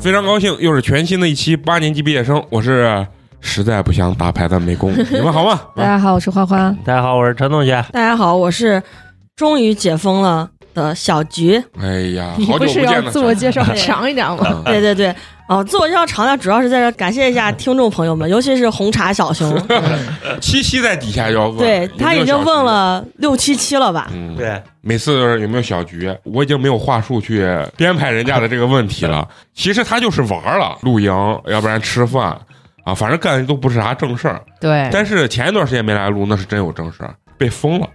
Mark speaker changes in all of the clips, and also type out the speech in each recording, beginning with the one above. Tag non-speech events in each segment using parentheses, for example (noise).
Speaker 1: 非常高兴，又是全新的一期八年级毕业生，我是实在不想打牌的美工，你们好
Speaker 2: (laughs)
Speaker 1: 吗？
Speaker 3: 大家好，我是花花。
Speaker 4: 大家好，我是陈同学。
Speaker 2: 大家好，我是终于解封了的小菊。
Speaker 1: 哎呀，
Speaker 3: 你
Speaker 1: 好
Speaker 3: 不
Speaker 1: 久
Speaker 3: 是
Speaker 1: 见
Speaker 3: 要
Speaker 1: 了，
Speaker 3: 自我介绍
Speaker 2: 对
Speaker 3: 长一点吗？
Speaker 1: 嗯
Speaker 2: 对对对，哦，自我介绍长点，主要是在这儿感谢一下听众朋友
Speaker 1: (laughs)
Speaker 2: 们，尤其是红茶小熊，
Speaker 1: 七夕在底下要问，
Speaker 2: 对
Speaker 1: 有没有
Speaker 2: 他已经
Speaker 1: 小
Speaker 2: 问
Speaker 1: 局，
Speaker 2: 了六七期
Speaker 1: (laughs)
Speaker 2: 了吧？
Speaker 1: 嗯，
Speaker 4: 对，
Speaker 1: 每次有没有小局，我已经没有话术去编排人家的这个问题
Speaker 2: (laughs)
Speaker 1: 了。其实他就是玩儿了，露营，要不然吃饭啊，反正干的都不是啥正事儿。
Speaker 3: 对，
Speaker 1: 但是前一段时间没来录，那是真有正事儿，被封了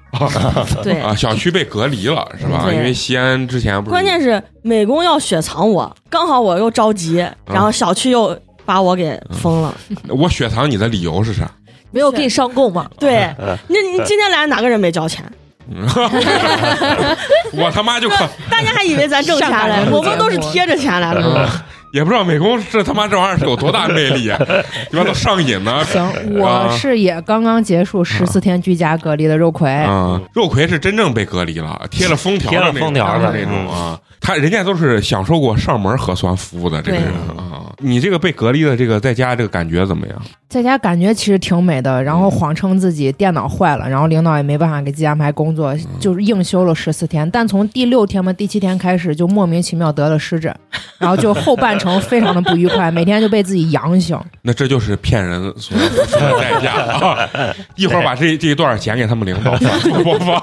Speaker 2: 对，
Speaker 1: 啊，小区被隔离了，是吧？
Speaker 2: 对
Speaker 1: 因为西安之前不是
Speaker 2: 关键是美工要雪藏我，刚好我又着急，
Speaker 1: 嗯
Speaker 2: 然后小区又把我给封了。
Speaker 1: 我雪藏你的理由是啥？
Speaker 3: 没有给你上供嘛？
Speaker 2: 对，
Speaker 4: 嗯
Speaker 2: 那你今天来哪个人没交
Speaker 1: (laughs)
Speaker 2: 钱？
Speaker 1: 我他妈就快，
Speaker 2: 大家还以为咱挣钱来
Speaker 3: 上赶着
Speaker 2: 了，
Speaker 3: 录
Speaker 2: 我们都是贴着钱来
Speaker 1: 嗯
Speaker 2: 了。
Speaker 1: (laughs) 也不知道美工这他妈这玩意儿是有多大魅力啊，你妈都上瘾呢。
Speaker 3: 行，
Speaker 1: 啊
Speaker 3: 我是也刚刚结束十四天居家隔离的肉葵，
Speaker 1: 啊、肉葵是真正被隔离了，贴了封条的那种，
Speaker 4: 贴了封条嗯
Speaker 3: 的
Speaker 1: 那种啊。他人家都是享受过上门核酸服务的这个人啊。你这个被隔离的这个在家这个感觉怎么样？
Speaker 3: 在家感觉其实挺美的。然后谎称自己电脑坏了，然后领导也没办法给自己安排工作，就是硬休了十四天。但从第六天嘛，第七天开始就莫名其妙得了湿疹，然后就后半程非常的不愉快，每天就被自己阳醒。
Speaker 1: 那这就是骗人所付出的代价啊！
Speaker 4: (laughs)
Speaker 1: 一会儿把这这一段剪给他们领导反复播放。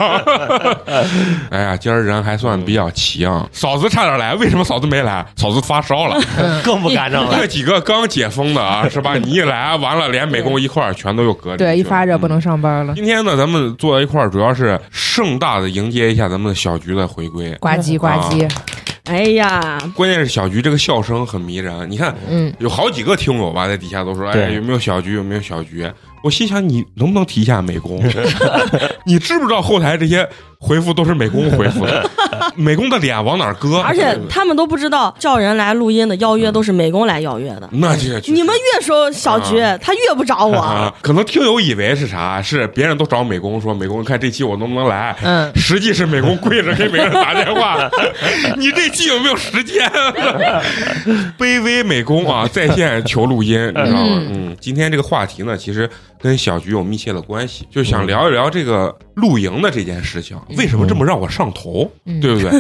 Speaker 1: 哎呀，今儿人还算比较齐啊，嫂子差点来，为什么嫂子没来？嫂子发烧了。
Speaker 4: 更不敢整
Speaker 3: (laughs)
Speaker 4: 了。
Speaker 1: (laughs) 这几个刚解封的啊，是吧？你一来，完了连美工一块儿全都又隔离去了。
Speaker 3: 对，一发热不
Speaker 1: 嗯
Speaker 3: 能上班了，
Speaker 1: 今天呢，咱们坐在一块儿，主要是盛大的迎接一下咱们的小菊的回归。
Speaker 3: 呱唧呱唧。
Speaker 2: 哎呀，
Speaker 1: 关键是小菊这个笑声很迷人，你看
Speaker 3: 嗯，
Speaker 1: 有好几个听友吧，在底下都说：“哎，
Speaker 4: 对
Speaker 1: 有没有小菊？有没有小菊？”我心想，你能不能提一下美
Speaker 3: (laughs)
Speaker 1: 工？ (laughs) 你知不知道后台这些回复都是美工回复
Speaker 3: (laughs)
Speaker 1: 的？美工的脸往哪儿搁？
Speaker 2: 而且他们都不知道叫人来录音的邀约都是美工来邀约的。
Speaker 1: 那这个就是
Speaker 2: 你们越说小菊，
Speaker 1: 啊
Speaker 2: 他越不找我。
Speaker 1: (laughs) 啊，可能听友以为是啥？是别人都找美工说：“美工，你看这期我能不能来？”
Speaker 3: 嗯，
Speaker 1: 实际是美工跪着给每个人打电话， (laughs) 你这期有没有时间？卑微美工 (laughs) 啊，在线求录音，你知道吗？嗯，今天这个话题呢，其实跟小菊有密切的关系，就想聊一聊这个露营的这件事情，为什么这么让我上头，
Speaker 3: 嗯
Speaker 1: 对不 (laughs) 对？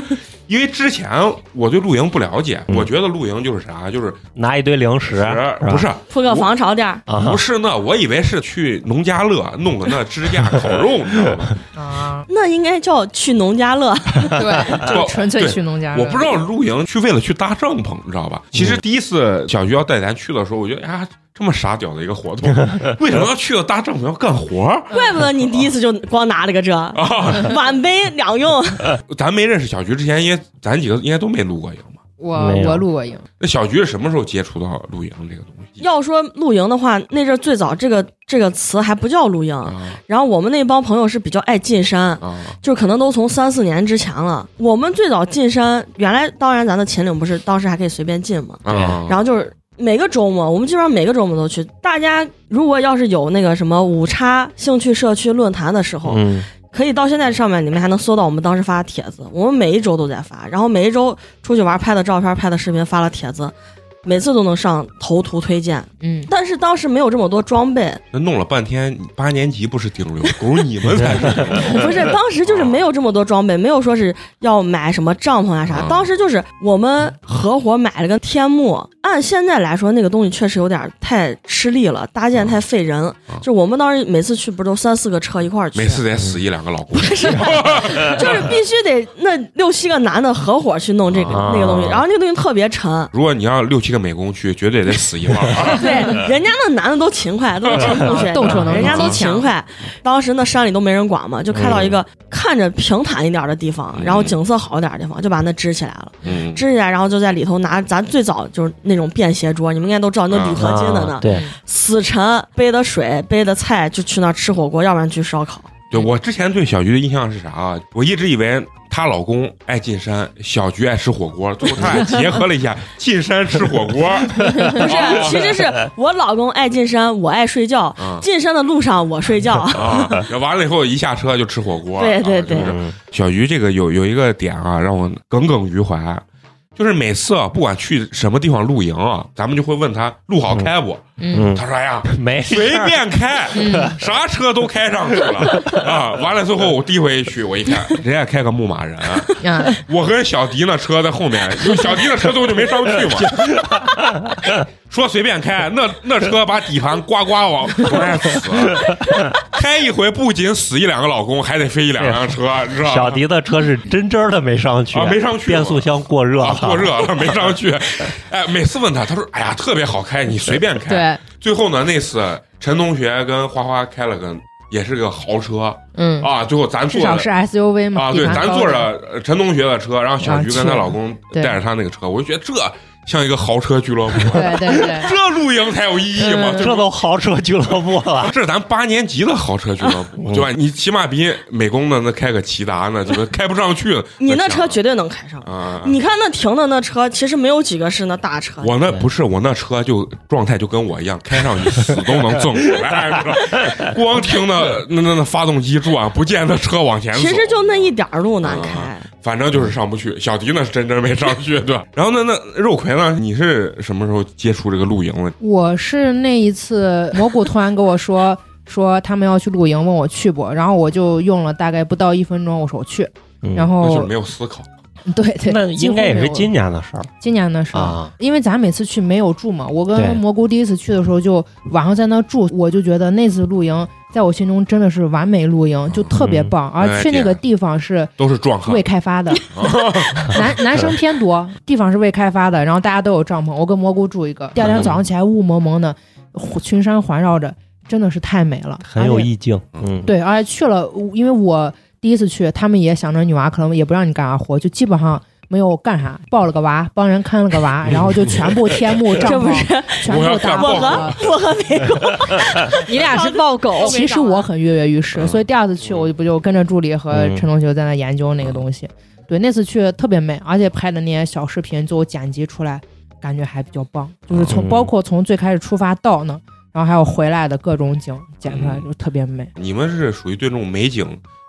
Speaker 1: 因为之前我对露营不了解，我觉得露营就是啥，就是
Speaker 4: 拿一堆零食，啊
Speaker 1: 吃
Speaker 4: 吧
Speaker 1: 不嗯是
Speaker 2: 铺个防潮垫儿，
Speaker 4: 啊
Speaker 1: 不？是那，我以为是去农家乐弄个那支架烤肉，你知道吗？
Speaker 3: 啊，
Speaker 2: 那应该叫去农家乐。
Speaker 3: (laughs) 对，就纯粹去农
Speaker 2: 嗯
Speaker 3: 家乐。
Speaker 1: 我不知道露营去为了去搭帐篷，你知道吧？其实第一次小菊要带咱去的时候，我觉得哎呀，这么傻屌的一个活动，为什么要去了搭帐篷要干活儿？
Speaker 2: 怪不得你第一次就光拿了个这，碗杯两用。
Speaker 1: 咱没认识小菊之前，因为咱几个应该都没露过营嘛。
Speaker 3: 我
Speaker 4: 没有
Speaker 3: 我露过营，
Speaker 1: 那小菊是什么时候接触到露营这个东西？
Speaker 2: 要说露营的话，那阵儿最早这个这个词还不叫露营。
Speaker 1: 啊
Speaker 2: 然后我们那帮朋友是比较爱进山，
Speaker 1: 啊
Speaker 2: 就可能都从三四年之前了。我们最早进山，原来当然咱的秦岭不是当时还可以随便进嘛，
Speaker 1: 啊！
Speaker 2: 然后就是每个周末，我们基本上每个周末都去。大家如果要是有那个什么五叉兴趣社区论坛的时候，
Speaker 4: 嗯，
Speaker 2: 可以到现在上面，你们还能搜到我们当时发的帖子。我们每一周都在发，然后每一周出去玩拍的照片、拍的视频、发了帖子，每次都能上头图推荐。
Speaker 3: 嗯，
Speaker 2: 但是当时没有这么多装
Speaker 1: (laughs)
Speaker 2: 备，
Speaker 1: 那弄了半天，八年级不是顶流，狗你们才是顶流。
Speaker 2: (laughs) 不是当时就是没有这么多装备，没有说是要买什么帐篷啊啥
Speaker 1: 嗯。
Speaker 2: 当时就是我们合伙买了个天幕，按现在来说，那个东西确实有点太吃力了，搭
Speaker 1: 嗯
Speaker 2: 建太费人。就我们当时每次去不是都三四个车一块儿去，
Speaker 1: 每次得死一两个老公，，
Speaker 2: (laughs) 就是必须得那六七个男的合伙去弄这个
Speaker 4: 啊
Speaker 2: 那个东西，然后那个东西特别沉
Speaker 3: (laughs)
Speaker 1: 如果你要六七个美工去，绝对得死一半儿。
Speaker 2: 对，人家那男的都勤快，都
Speaker 3: (laughs)
Speaker 2: 是真同学，
Speaker 3: 动手能力
Speaker 2: 人家都
Speaker 3: 极强
Speaker 2: 勤快。当时那山里都没人管嘛，就开到一个看着平坦一点的地方，
Speaker 1: 嗯
Speaker 2: 然后景色好一点的地方，就把那支起来了，
Speaker 1: 嗯，
Speaker 2: 支起来，然后就在里头拿咱最早就是那种便携桌，你们应该都知道那铝合金的
Speaker 4: 啊
Speaker 2: 呢，
Speaker 4: 对，
Speaker 2: 死沉背的水背的菜就去那儿吃火锅，要不然去烧烤。 (laughs)
Speaker 1: 对我之前对小菊的印象是啥啊？我一直以为她老公爱进山，小菊爱吃火锅，最后他俩结合了一下，进山吃火
Speaker 4: (laughs)
Speaker 1: 锅。
Speaker 2: 不是，啊其实是我老公爱进山，我爱睡觉
Speaker 1: 嗯。
Speaker 2: 进山的路上我睡觉。
Speaker 1: 啊，然后完了以后一下车就吃火锅。
Speaker 2: 对对
Speaker 1: 啊就是
Speaker 2: 对
Speaker 4: 嗯
Speaker 1: 小菊这个有有一个点啊，让我耿耿于怀，就是每次啊，不管去什么地方露营啊，咱们就会问他路好开不？
Speaker 3: 嗯
Speaker 1: (laughs)
Speaker 4: 嗯
Speaker 1: 他说哎呀，
Speaker 4: 没事
Speaker 1: 随
Speaker 4: 儿
Speaker 1: 便开，
Speaker 3: 嗯
Speaker 1: 啥车都开上去了啊！完了之后，我第一回去，我一看，人家开个牧马人，
Speaker 3: 啊，
Speaker 1: 我跟小迪那车在后面，因为小迪那车最后就没上去嘛。
Speaker 4: (laughs)
Speaker 1: 说随便开，那那车把底盘呱呱往往外死，开一回不仅死一两个老公，还得飞一两辆车，你知道吗？
Speaker 4: 小迪的车是真真儿的没上去，
Speaker 1: 啊没上去
Speaker 4: 变速箱过热
Speaker 1: 啊
Speaker 4: 了，，
Speaker 1: 过热了没上去。哎，每次问他，他说：“哎呀，特别好开，你随便开。”
Speaker 3: 对，
Speaker 1: 对，最后呢，那次陈同学跟花花开了个也是个豪车
Speaker 3: 嗯，
Speaker 1: 啊，最后咱
Speaker 3: (laughs) 至
Speaker 1: 坐
Speaker 3: 少
Speaker 1: 着
Speaker 3: 是 SUV
Speaker 2: 嗯
Speaker 3: 嘛，
Speaker 1: 啊，
Speaker 3: 底
Speaker 1: 对，
Speaker 3: 盘
Speaker 1: 咱
Speaker 3: 高
Speaker 1: 坐 (laughs)
Speaker 3: 的
Speaker 1: 着呃陈同学的车，然后小
Speaker 3: 啊
Speaker 1: 菊跟
Speaker 3: 去
Speaker 1: 她老公带
Speaker 3: 对
Speaker 1: 着她那个车，我就觉得这像一个豪车俱乐部，啊
Speaker 2: (laughs)
Speaker 3: 对对对，
Speaker 1: 这露营才有意义嘛，
Speaker 3: 嗯
Speaker 1: 对
Speaker 4: 这
Speaker 1: 吧？
Speaker 4: 都豪车俱乐部了。
Speaker 1: 这是咱八年级的豪车俱乐
Speaker 2: 嗯
Speaker 1: 部，对吧？你起码比美工的那开个骐达呢，就是开不上去。
Speaker 2: 你那
Speaker 1: 强
Speaker 2: 车绝对嗯能开上。
Speaker 1: 啊，
Speaker 2: 你看那停的那车，其实没有几个是那大车。
Speaker 1: 我那不是我那车就状态就跟我一样，开上去死都能挣回来，是
Speaker 2: (laughs)
Speaker 1: 吧光听那那那那发动机转，不见那车往前走。
Speaker 2: 其实就那一点儿路难开
Speaker 1: 啊，反正就是上不去。 (laughs) 小迪那是真真没上去， (laughs) 对吧？然后那那肉葵呢？你是什么时候接触这个露营的？
Speaker 3: 我是那一次蘑菇突然跟我说说他们要去露营，问我去不，然后我就用了大概不到一分钟，我说我去，
Speaker 1: 嗯
Speaker 3: 然
Speaker 2: 哦
Speaker 1: 那就是
Speaker 3: 后
Speaker 1: 没有思考。
Speaker 3: 对对，
Speaker 4: 那
Speaker 3: 几
Speaker 4: 嗯应
Speaker 3: 乎
Speaker 4: 该也
Speaker 3: 没
Speaker 4: 是
Speaker 3: 有
Speaker 4: 今年的事儿
Speaker 3: 今年的时候。
Speaker 4: 啊，
Speaker 3: 因为咱每次去没有住嘛，我
Speaker 4: 对
Speaker 3: 跟蘑菇第一次去的时候就晚上在那住，我就觉得那次露营在我心中真的是完美露营，就特
Speaker 1: 嗯
Speaker 3: 别棒。
Speaker 1: 哎
Speaker 3: 而去那
Speaker 1: 啊
Speaker 3: 个地方是
Speaker 1: 都是壮汉
Speaker 3: (laughs) 未，开发
Speaker 4: (laughs)
Speaker 3: 的，男男生偏多，地方是未开发的，然后大家都有帐篷，我跟蘑菇住一个。第二天早上起来雾蒙蒙的，群山环绕着，真的是太美了，
Speaker 4: 很有
Speaker 3: 而且
Speaker 4: 意境。嗯，
Speaker 3: 对，而且去了，因为我第一次去，他们也想着女娃可能也不让你干啥活，就基本上没有干啥，抱了个娃，帮人看了个娃，然后就全部天幕帐
Speaker 2: 这不
Speaker 3: 篷
Speaker 2: 是
Speaker 3: 全
Speaker 1: 我要
Speaker 3: 部
Speaker 1: 干
Speaker 3: 打
Speaker 1: 抱
Speaker 3: 好
Speaker 1: 狗
Speaker 3: 了。
Speaker 2: 我和美国
Speaker 3: 你俩是
Speaker 5: 抱狗
Speaker 3: 其实我很跃跃欲试，
Speaker 1: 嗯
Speaker 3: 所以第二次去我不就跟着助理和
Speaker 4: 嗯
Speaker 3: 陈同学在那研究那个东西。对，那次去特别美，而且拍的那些小视频最后剪辑出来，感觉还比较棒。就是从、
Speaker 4: 嗯
Speaker 3: 包括从最开始出发到那，然后还有回来的各种景剪出来
Speaker 1: 嗯
Speaker 3: 就特别美。
Speaker 1: 你们是属于对这种美景。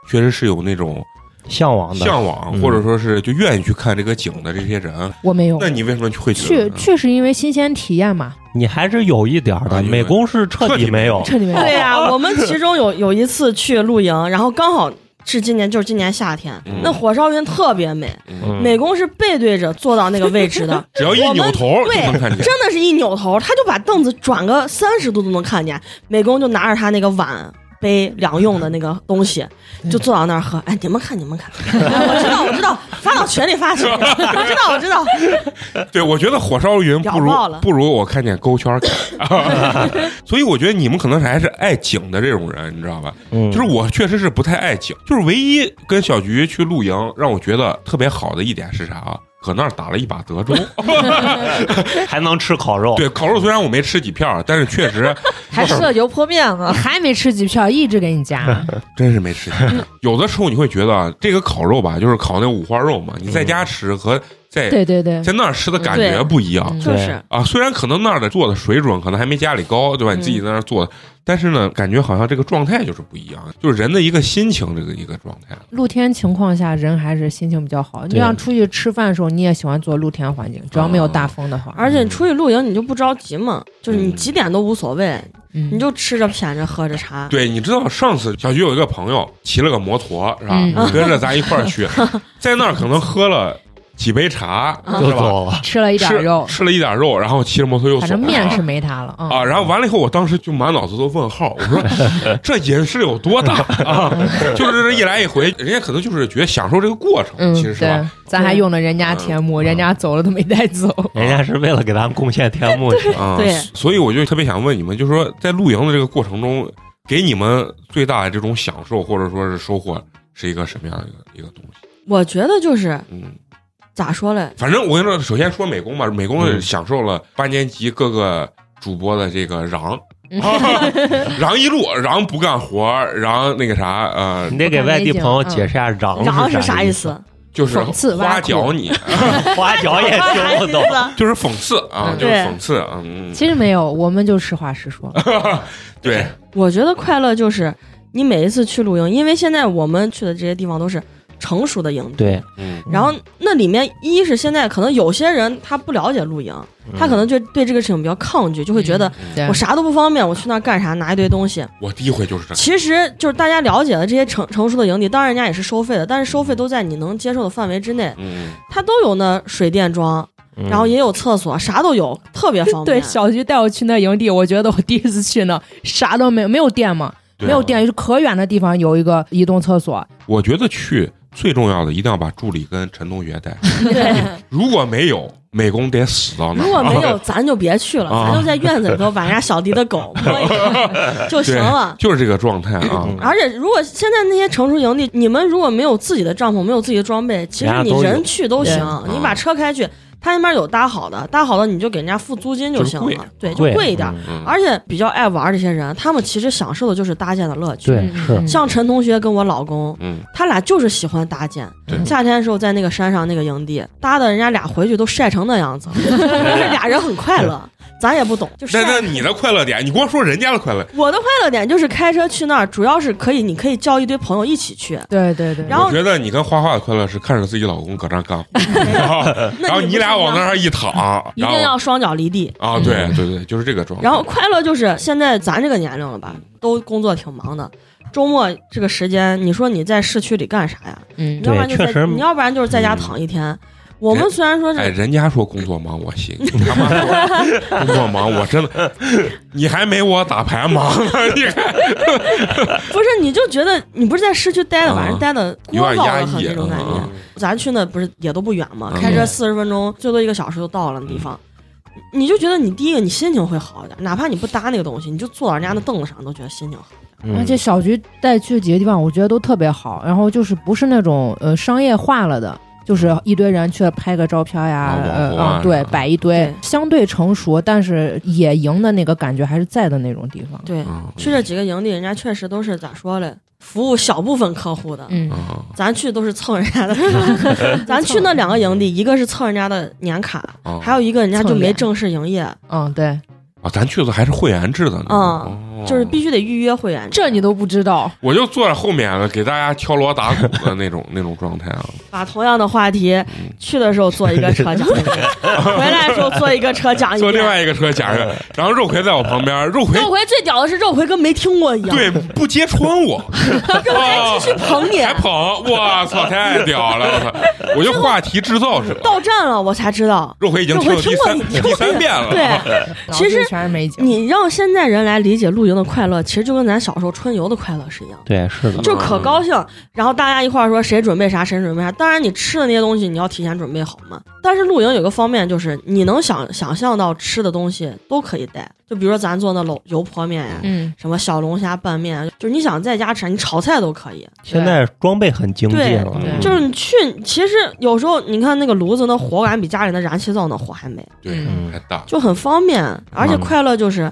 Speaker 1: 确实是有那种
Speaker 4: 向往的，
Speaker 1: 向往，
Speaker 4: 嗯
Speaker 1: 或者说是就愿意去看这个景的这些人，
Speaker 3: 我
Speaker 2: 嗯
Speaker 3: 没有
Speaker 1: 那你为什么会觉
Speaker 3: 去
Speaker 1: 得
Speaker 3: 去是因为新鲜体验嘛，
Speaker 4: 你还是有一点儿
Speaker 1: 啊
Speaker 4: 的。
Speaker 1: 有
Speaker 4: 美工是彻底没有，
Speaker 3: 这里面 (laughs)
Speaker 2: 哦对呀、我们其中有有一次去露营，然后刚好是今年，就是今年夏天
Speaker 1: 嗯，，
Speaker 2: 那火烧云特别美。
Speaker 4: 嗯
Speaker 2: 美工是背对着坐到那个位置的
Speaker 1: 只要一
Speaker 2: 我们
Speaker 1: 扭头就
Speaker 2: 对
Speaker 1: 能看见？
Speaker 2: 真的是一扭头，他就把凳子转个三十度都能看见。美工就拿着他那个碗。杯两用的那个东西，就坐到那儿喝。哎，你们看，你们看，哎我知道，我知道，发到群里发群里，我知道，我知道。
Speaker 1: (laughs) 对，我觉得火烧云不如
Speaker 2: 屌爆了
Speaker 1: 不如我看见勾圈儿看，
Speaker 2: (laughs)
Speaker 1: (laughs) 所以我觉得你们可能还是爱景的这种人，你知道吧？
Speaker 4: 嗯
Speaker 1: 就是我确实是不太爱景，就是唯一跟小菊去露营让我觉得特别好的一点是啥啊？搁那儿打了一把德州，
Speaker 4: 嗯还能吃烤肉，
Speaker 1: 对烤肉虽然我没吃几片儿，但是确实
Speaker 5: 还吃了油泼面呢。
Speaker 3: 还没吃几票，一直给你加。
Speaker 1: (laughs) 真是没吃几片儿。嗯有的时候你会觉得啊这个烤肉吧，就是烤那五花肉嘛，你在家吃和在
Speaker 3: 对对对，
Speaker 1: 在那儿吃的感觉
Speaker 2: 对
Speaker 1: 不一样。
Speaker 3: 嗯
Speaker 2: 就是
Speaker 1: 啊，虽然可能那儿的做的水准可能还没家里高，对吧？你自己
Speaker 3: 嗯
Speaker 1: 在那儿做的，但是呢，感觉好像这个状态就是不一样，就是人的一个心情，这个一个状态。
Speaker 3: 露天情况下人还是心情比较好。你
Speaker 4: 对
Speaker 3: 想出去吃饭的时候，你也喜欢做露天环境，只要没有大风的话。
Speaker 2: 而且你出去露营，你就不着急嘛，就是你几点都无所谓，
Speaker 3: 嗯
Speaker 2: 你就吃着、谝着、喝着茶。
Speaker 1: (laughs) 对，你知道上次小菊有一个朋友骑了个摩托，是吧？
Speaker 3: 嗯
Speaker 1: (laughs) 跟着咱一块儿
Speaker 3: (laughs)
Speaker 1: 去，在那儿可能喝了几杯茶，
Speaker 2: 啊
Speaker 4: 就是
Speaker 1: 吧？啊
Speaker 4: 走了。
Speaker 3: 吃了一点
Speaker 1: 吃
Speaker 3: 肉，
Speaker 1: 吃了一点肉，然后骑着摩托又走
Speaker 3: 反
Speaker 1: 了。
Speaker 3: 正面是没他了
Speaker 1: 啊，
Speaker 3: 啊。
Speaker 1: 然后完了以后，我当时就满脑子都问号，
Speaker 3: (laughs)
Speaker 1: 我说这瘾是有多大啊？就是这一来一回，人家可能就是觉得享受这个过程，
Speaker 3: 嗯
Speaker 1: 其实，是吧嗯
Speaker 3: 对？，咱还用了人家天幕，人家走了都没带走。
Speaker 4: 人家是为了给咱们贡献天幕去，
Speaker 1: 啊，
Speaker 2: 对
Speaker 1: 所以我就特别想问你们，就是说在露营的这个过程中，给你们最大的这种享受或者说是收获是一个什么样的一个一个东西？
Speaker 2: 我觉得就是
Speaker 1: 嗯，
Speaker 2: 咋说嘞，
Speaker 1: 反正我跟你说，首先说美工吧，美工
Speaker 4: 嗯
Speaker 1: 享受了八年级各个。主播的这个嚷， (laughs)
Speaker 3: 嗯
Speaker 1: 嚷一路，嚷不干活，嚷那个啥，呃 (laughs)
Speaker 4: (laughs) 你，得给外地朋友解释一下“
Speaker 2: 嚷
Speaker 4: 瓤”
Speaker 2: 是啥
Speaker 4: 啥
Speaker 2: 意
Speaker 4: 思？
Speaker 2: 思？
Speaker 1: 就是
Speaker 3: 讽刺挖
Speaker 1: 花
Speaker 3: 苦
Speaker 1: 脚你，
Speaker 4: (laughs) 花脚也哎听不懂。
Speaker 1: (laughs) 就是讽刺啊，
Speaker 3: 嗯
Speaker 1: 就是
Speaker 2: 对
Speaker 1: 讽刺，嗯，嗯
Speaker 3: 其实没有，我们就实话实说。
Speaker 1: 对，
Speaker 2: 我觉得快乐就是你每一次去露营，因为现在我们去的这些地方都是成熟的营地。
Speaker 4: 对，
Speaker 1: (laughs) 嗯
Speaker 2: 然后那里面一是现在可能有些人他不了解露营，
Speaker 1: 嗯
Speaker 2: 他可能就对这个事情比较抗拒，就会觉得
Speaker 3: (laughs) 对
Speaker 2: 我啥都不方便，我去那儿干啥？拿一堆东西。
Speaker 1: 我第一回就是这样，
Speaker 2: 其实就是大家了解的这些成成熟的营地，当然人家也是收费的，但是收费都在你能接受的范围之内。
Speaker 1: 嗯，
Speaker 2: 它都有那水电装，
Speaker 4: 嗯
Speaker 2: 然后也有厕所，啥都有，特别方便。
Speaker 3: 对，小徐带我去那营地，我觉得我第一次去那，啥都没有，没有电嘛，
Speaker 1: 对啊
Speaker 3: 没有电，就是可远的地方有一个移动厕所，
Speaker 1: 我觉得去最重要的一定要把助理跟陈同学 (laughs) 带，
Speaker 2: (laughs) 对，
Speaker 1: 如果没有，美工得死到那儿。
Speaker 2: (laughs) 如果没有，咱就别去了，
Speaker 1: 啊
Speaker 2: 咱就在院子里头把人家小弟的狗摸一下就行了。
Speaker 1: 就是这个状态啊。
Speaker 4: 嗯
Speaker 2: 而且，如果现在那些成熟营地，你们如果没有自己的帐篷，没有自己的装备，其实
Speaker 4: 人家
Speaker 2: 你
Speaker 4: 都有
Speaker 2: 人去都行，
Speaker 1: 对
Speaker 2: 你把车开去，他那边有搭好的，搭好了你就给人家付租金就行
Speaker 1: 就是贵
Speaker 2: 了，对，就
Speaker 4: 贵
Speaker 2: 贵一点。
Speaker 1: 嗯
Speaker 2: 而且比较爱玩这些人，他们其实享受的就是搭建的乐趣。
Speaker 4: 对
Speaker 3: 嗯
Speaker 4: 是
Speaker 3: 嗯
Speaker 2: 像陈同学跟我老公，
Speaker 1: 嗯，
Speaker 2: 他俩就是喜欢搭建嗯
Speaker 1: 对。
Speaker 2: 夏天的时候在那个山上那个营地搭的，人家俩回去都晒成那
Speaker 1: (laughs)
Speaker 2: 样子，但是俩人很快乐，咱也不懂。就晒
Speaker 1: 那那你的快乐点，你光说人家的快乐，
Speaker 2: 我的快乐点就是开车去那儿，主要是可以，你可以叫一堆朋友一起去。
Speaker 3: 对对对，
Speaker 2: 然后
Speaker 1: 我觉得你跟花花的快乐是看着自己老公搁那儿
Speaker 2: (laughs)
Speaker 1: 干， (laughs)
Speaker 2: 那
Speaker 1: 然后你俩往那
Speaker 2: 儿
Speaker 1: 儿一躺，
Speaker 2: 一
Speaker 1: 然后
Speaker 2: 定要双脚离地。
Speaker 1: 啊，对对对，就是这个状态。
Speaker 2: 然后快乐就是现在咱这个年龄了吧，都工作挺忙的，周末这个时间，你说你在市区里干啥呀？
Speaker 3: 嗯
Speaker 2: 你要不然就
Speaker 4: 对确
Speaker 2: 在，
Speaker 4: 实
Speaker 2: 你要不然就是在家躺一天。我们虽然说
Speaker 1: 嗯哎，
Speaker 2: 是
Speaker 1: 人家说工作忙我信，你他妈
Speaker 2: (laughs)
Speaker 1: 说工作忙我真的，你还没我打牌忙呢，你还
Speaker 2: 不是，你就觉得你不是在市区待的，
Speaker 1: 嗯
Speaker 2: 晚上待的
Speaker 1: 有
Speaker 2: 聒
Speaker 1: 点压
Speaker 2: 噪的很
Speaker 1: 抑
Speaker 2: 那种感觉
Speaker 1: 嗯。嗯
Speaker 2: 咱去那不是也都不远嘛，
Speaker 1: 嗯
Speaker 2: 开车四十分钟，最多一个小时就到了那地方。你就觉得你第一个你心情会好一点，哪怕你不搭那个东西，你就坐到人家那凳子上都觉得心情好。
Speaker 4: 嗯
Speaker 3: 而且小菊带去几个地方，我觉得都特别好，然后就是不是那种呃商业化了的。就是
Speaker 4: 嗯
Speaker 3: 一堆人去拍个照片呀，
Speaker 1: 啊网
Speaker 3: 呃
Speaker 1: 红啊
Speaker 3: 嗯对
Speaker 1: 是，吧
Speaker 3: 摆一堆
Speaker 2: 对，
Speaker 3: 相对成熟，但是野营的那个感觉还是在的那种地方。
Speaker 2: 对，
Speaker 1: 嗯
Speaker 2: 去这几个营地，人家确实都是咋说嘞，服务小部分客户的。
Speaker 3: 嗯，
Speaker 1: 啊
Speaker 2: 咱去都是蹭人
Speaker 1: (laughs)
Speaker 2: 家的，咱去那两个营地，一个是蹭人家的年卡，
Speaker 1: 啊
Speaker 2: 还有一个人家就
Speaker 3: 蹭
Speaker 2: 没
Speaker 3: 脸
Speaker 2: 正式营业，
Speaker 1: 哦
Speaker 3: 嗯，对，
Speaker 1: 啊，咱去的还是会员制的呢，
Speaker 2: 嗯
Speaker 1: 哦
Speaker 2: 就是必须得预约会员。
Speaker 3: 这你都不知道，
Speaker 1: 我就坐在后面了，给大家敲锣打鼓的那种那种状态啊，
Speaker 2: 把同样的话题，去的时候做一个车讲一遍，
Speaker 1: (laughs)
Speaker 2: 回来的时候做一个车讲一
Speaker 1: 坐另
Speaker 2: 遍。
Speaker 1: 外一个车假设，然后肉葵在我旁边，肉葵
Speaker 2: 哎嗯肉葵最屌的是肉葵跟没听过一样，
Speaker 1: 对不揭穿我，
Speaker 2: 肉葵继续捧
Speaker 1: 哦
Speaker 2: 你。
Speaker 1: 还捧，我
Speaker 2: (laughs)
Speaker 1: 操，太屌了，我操，我就话题制造者。
Speaker 2: 到站了，我才知道，
Speaker 1: 肉葵已经
Speaker 2: 肉
Speaker 1: 听
Speaker 2: 葵
Speaker 1: 了
Speaker 2: 听
Speaker 1: 第
Speaker 2: 过
Speaker 1: 三
Speaker 2: 你
Speaker 1: 第
Speaker 2: 听过
Speaker 1: 三遍了，
Speaker 5: 哎 (laughs)
Speaker 2: 对，
Speaker 3: 脑
Speaker 2: 其
Speaker 3: 子
Speaker 2: 实
Speaker 3: 里全是美景。
Speaker 2: 你让现在人来理解露营的快乐，其实就跟咱小时候春游的快乐是一样的。
Speaker 4: 对是的，
Speaker 2: 就可高
Speaker 1: 嗯
Speaker 2: 兴，然后大家一块儿说谁准备啥，谁准备啥。当然，你吃的那些东西你要提前准备好嘛。但是露营有个方面就是，你能想想象到吃的东西都可以带，就比如说咱做那楼油泼面呀、
Speaker 5: (laughs)
Speaker 3: 嗯，
Speaker 2: 什么小龙虾拌面，啊就是你想在家吃，你炒菜都可以。
Speaker 3: 嗯
Speaker 4: 现在装备很精进了，
Speaker 1: 对
Speaker 4: 嗯
Speaker 2: 就是你去，其实有时候你看那个炉子，那火感比家里的燃气灶那火还美，
Speaker 1: 对，
Speaker 4: 嗯
Speaker 1: 还大，
Speaker 2: 就很方便，而且
Speaker 4: 嗯
Speaker 2: 快乐就是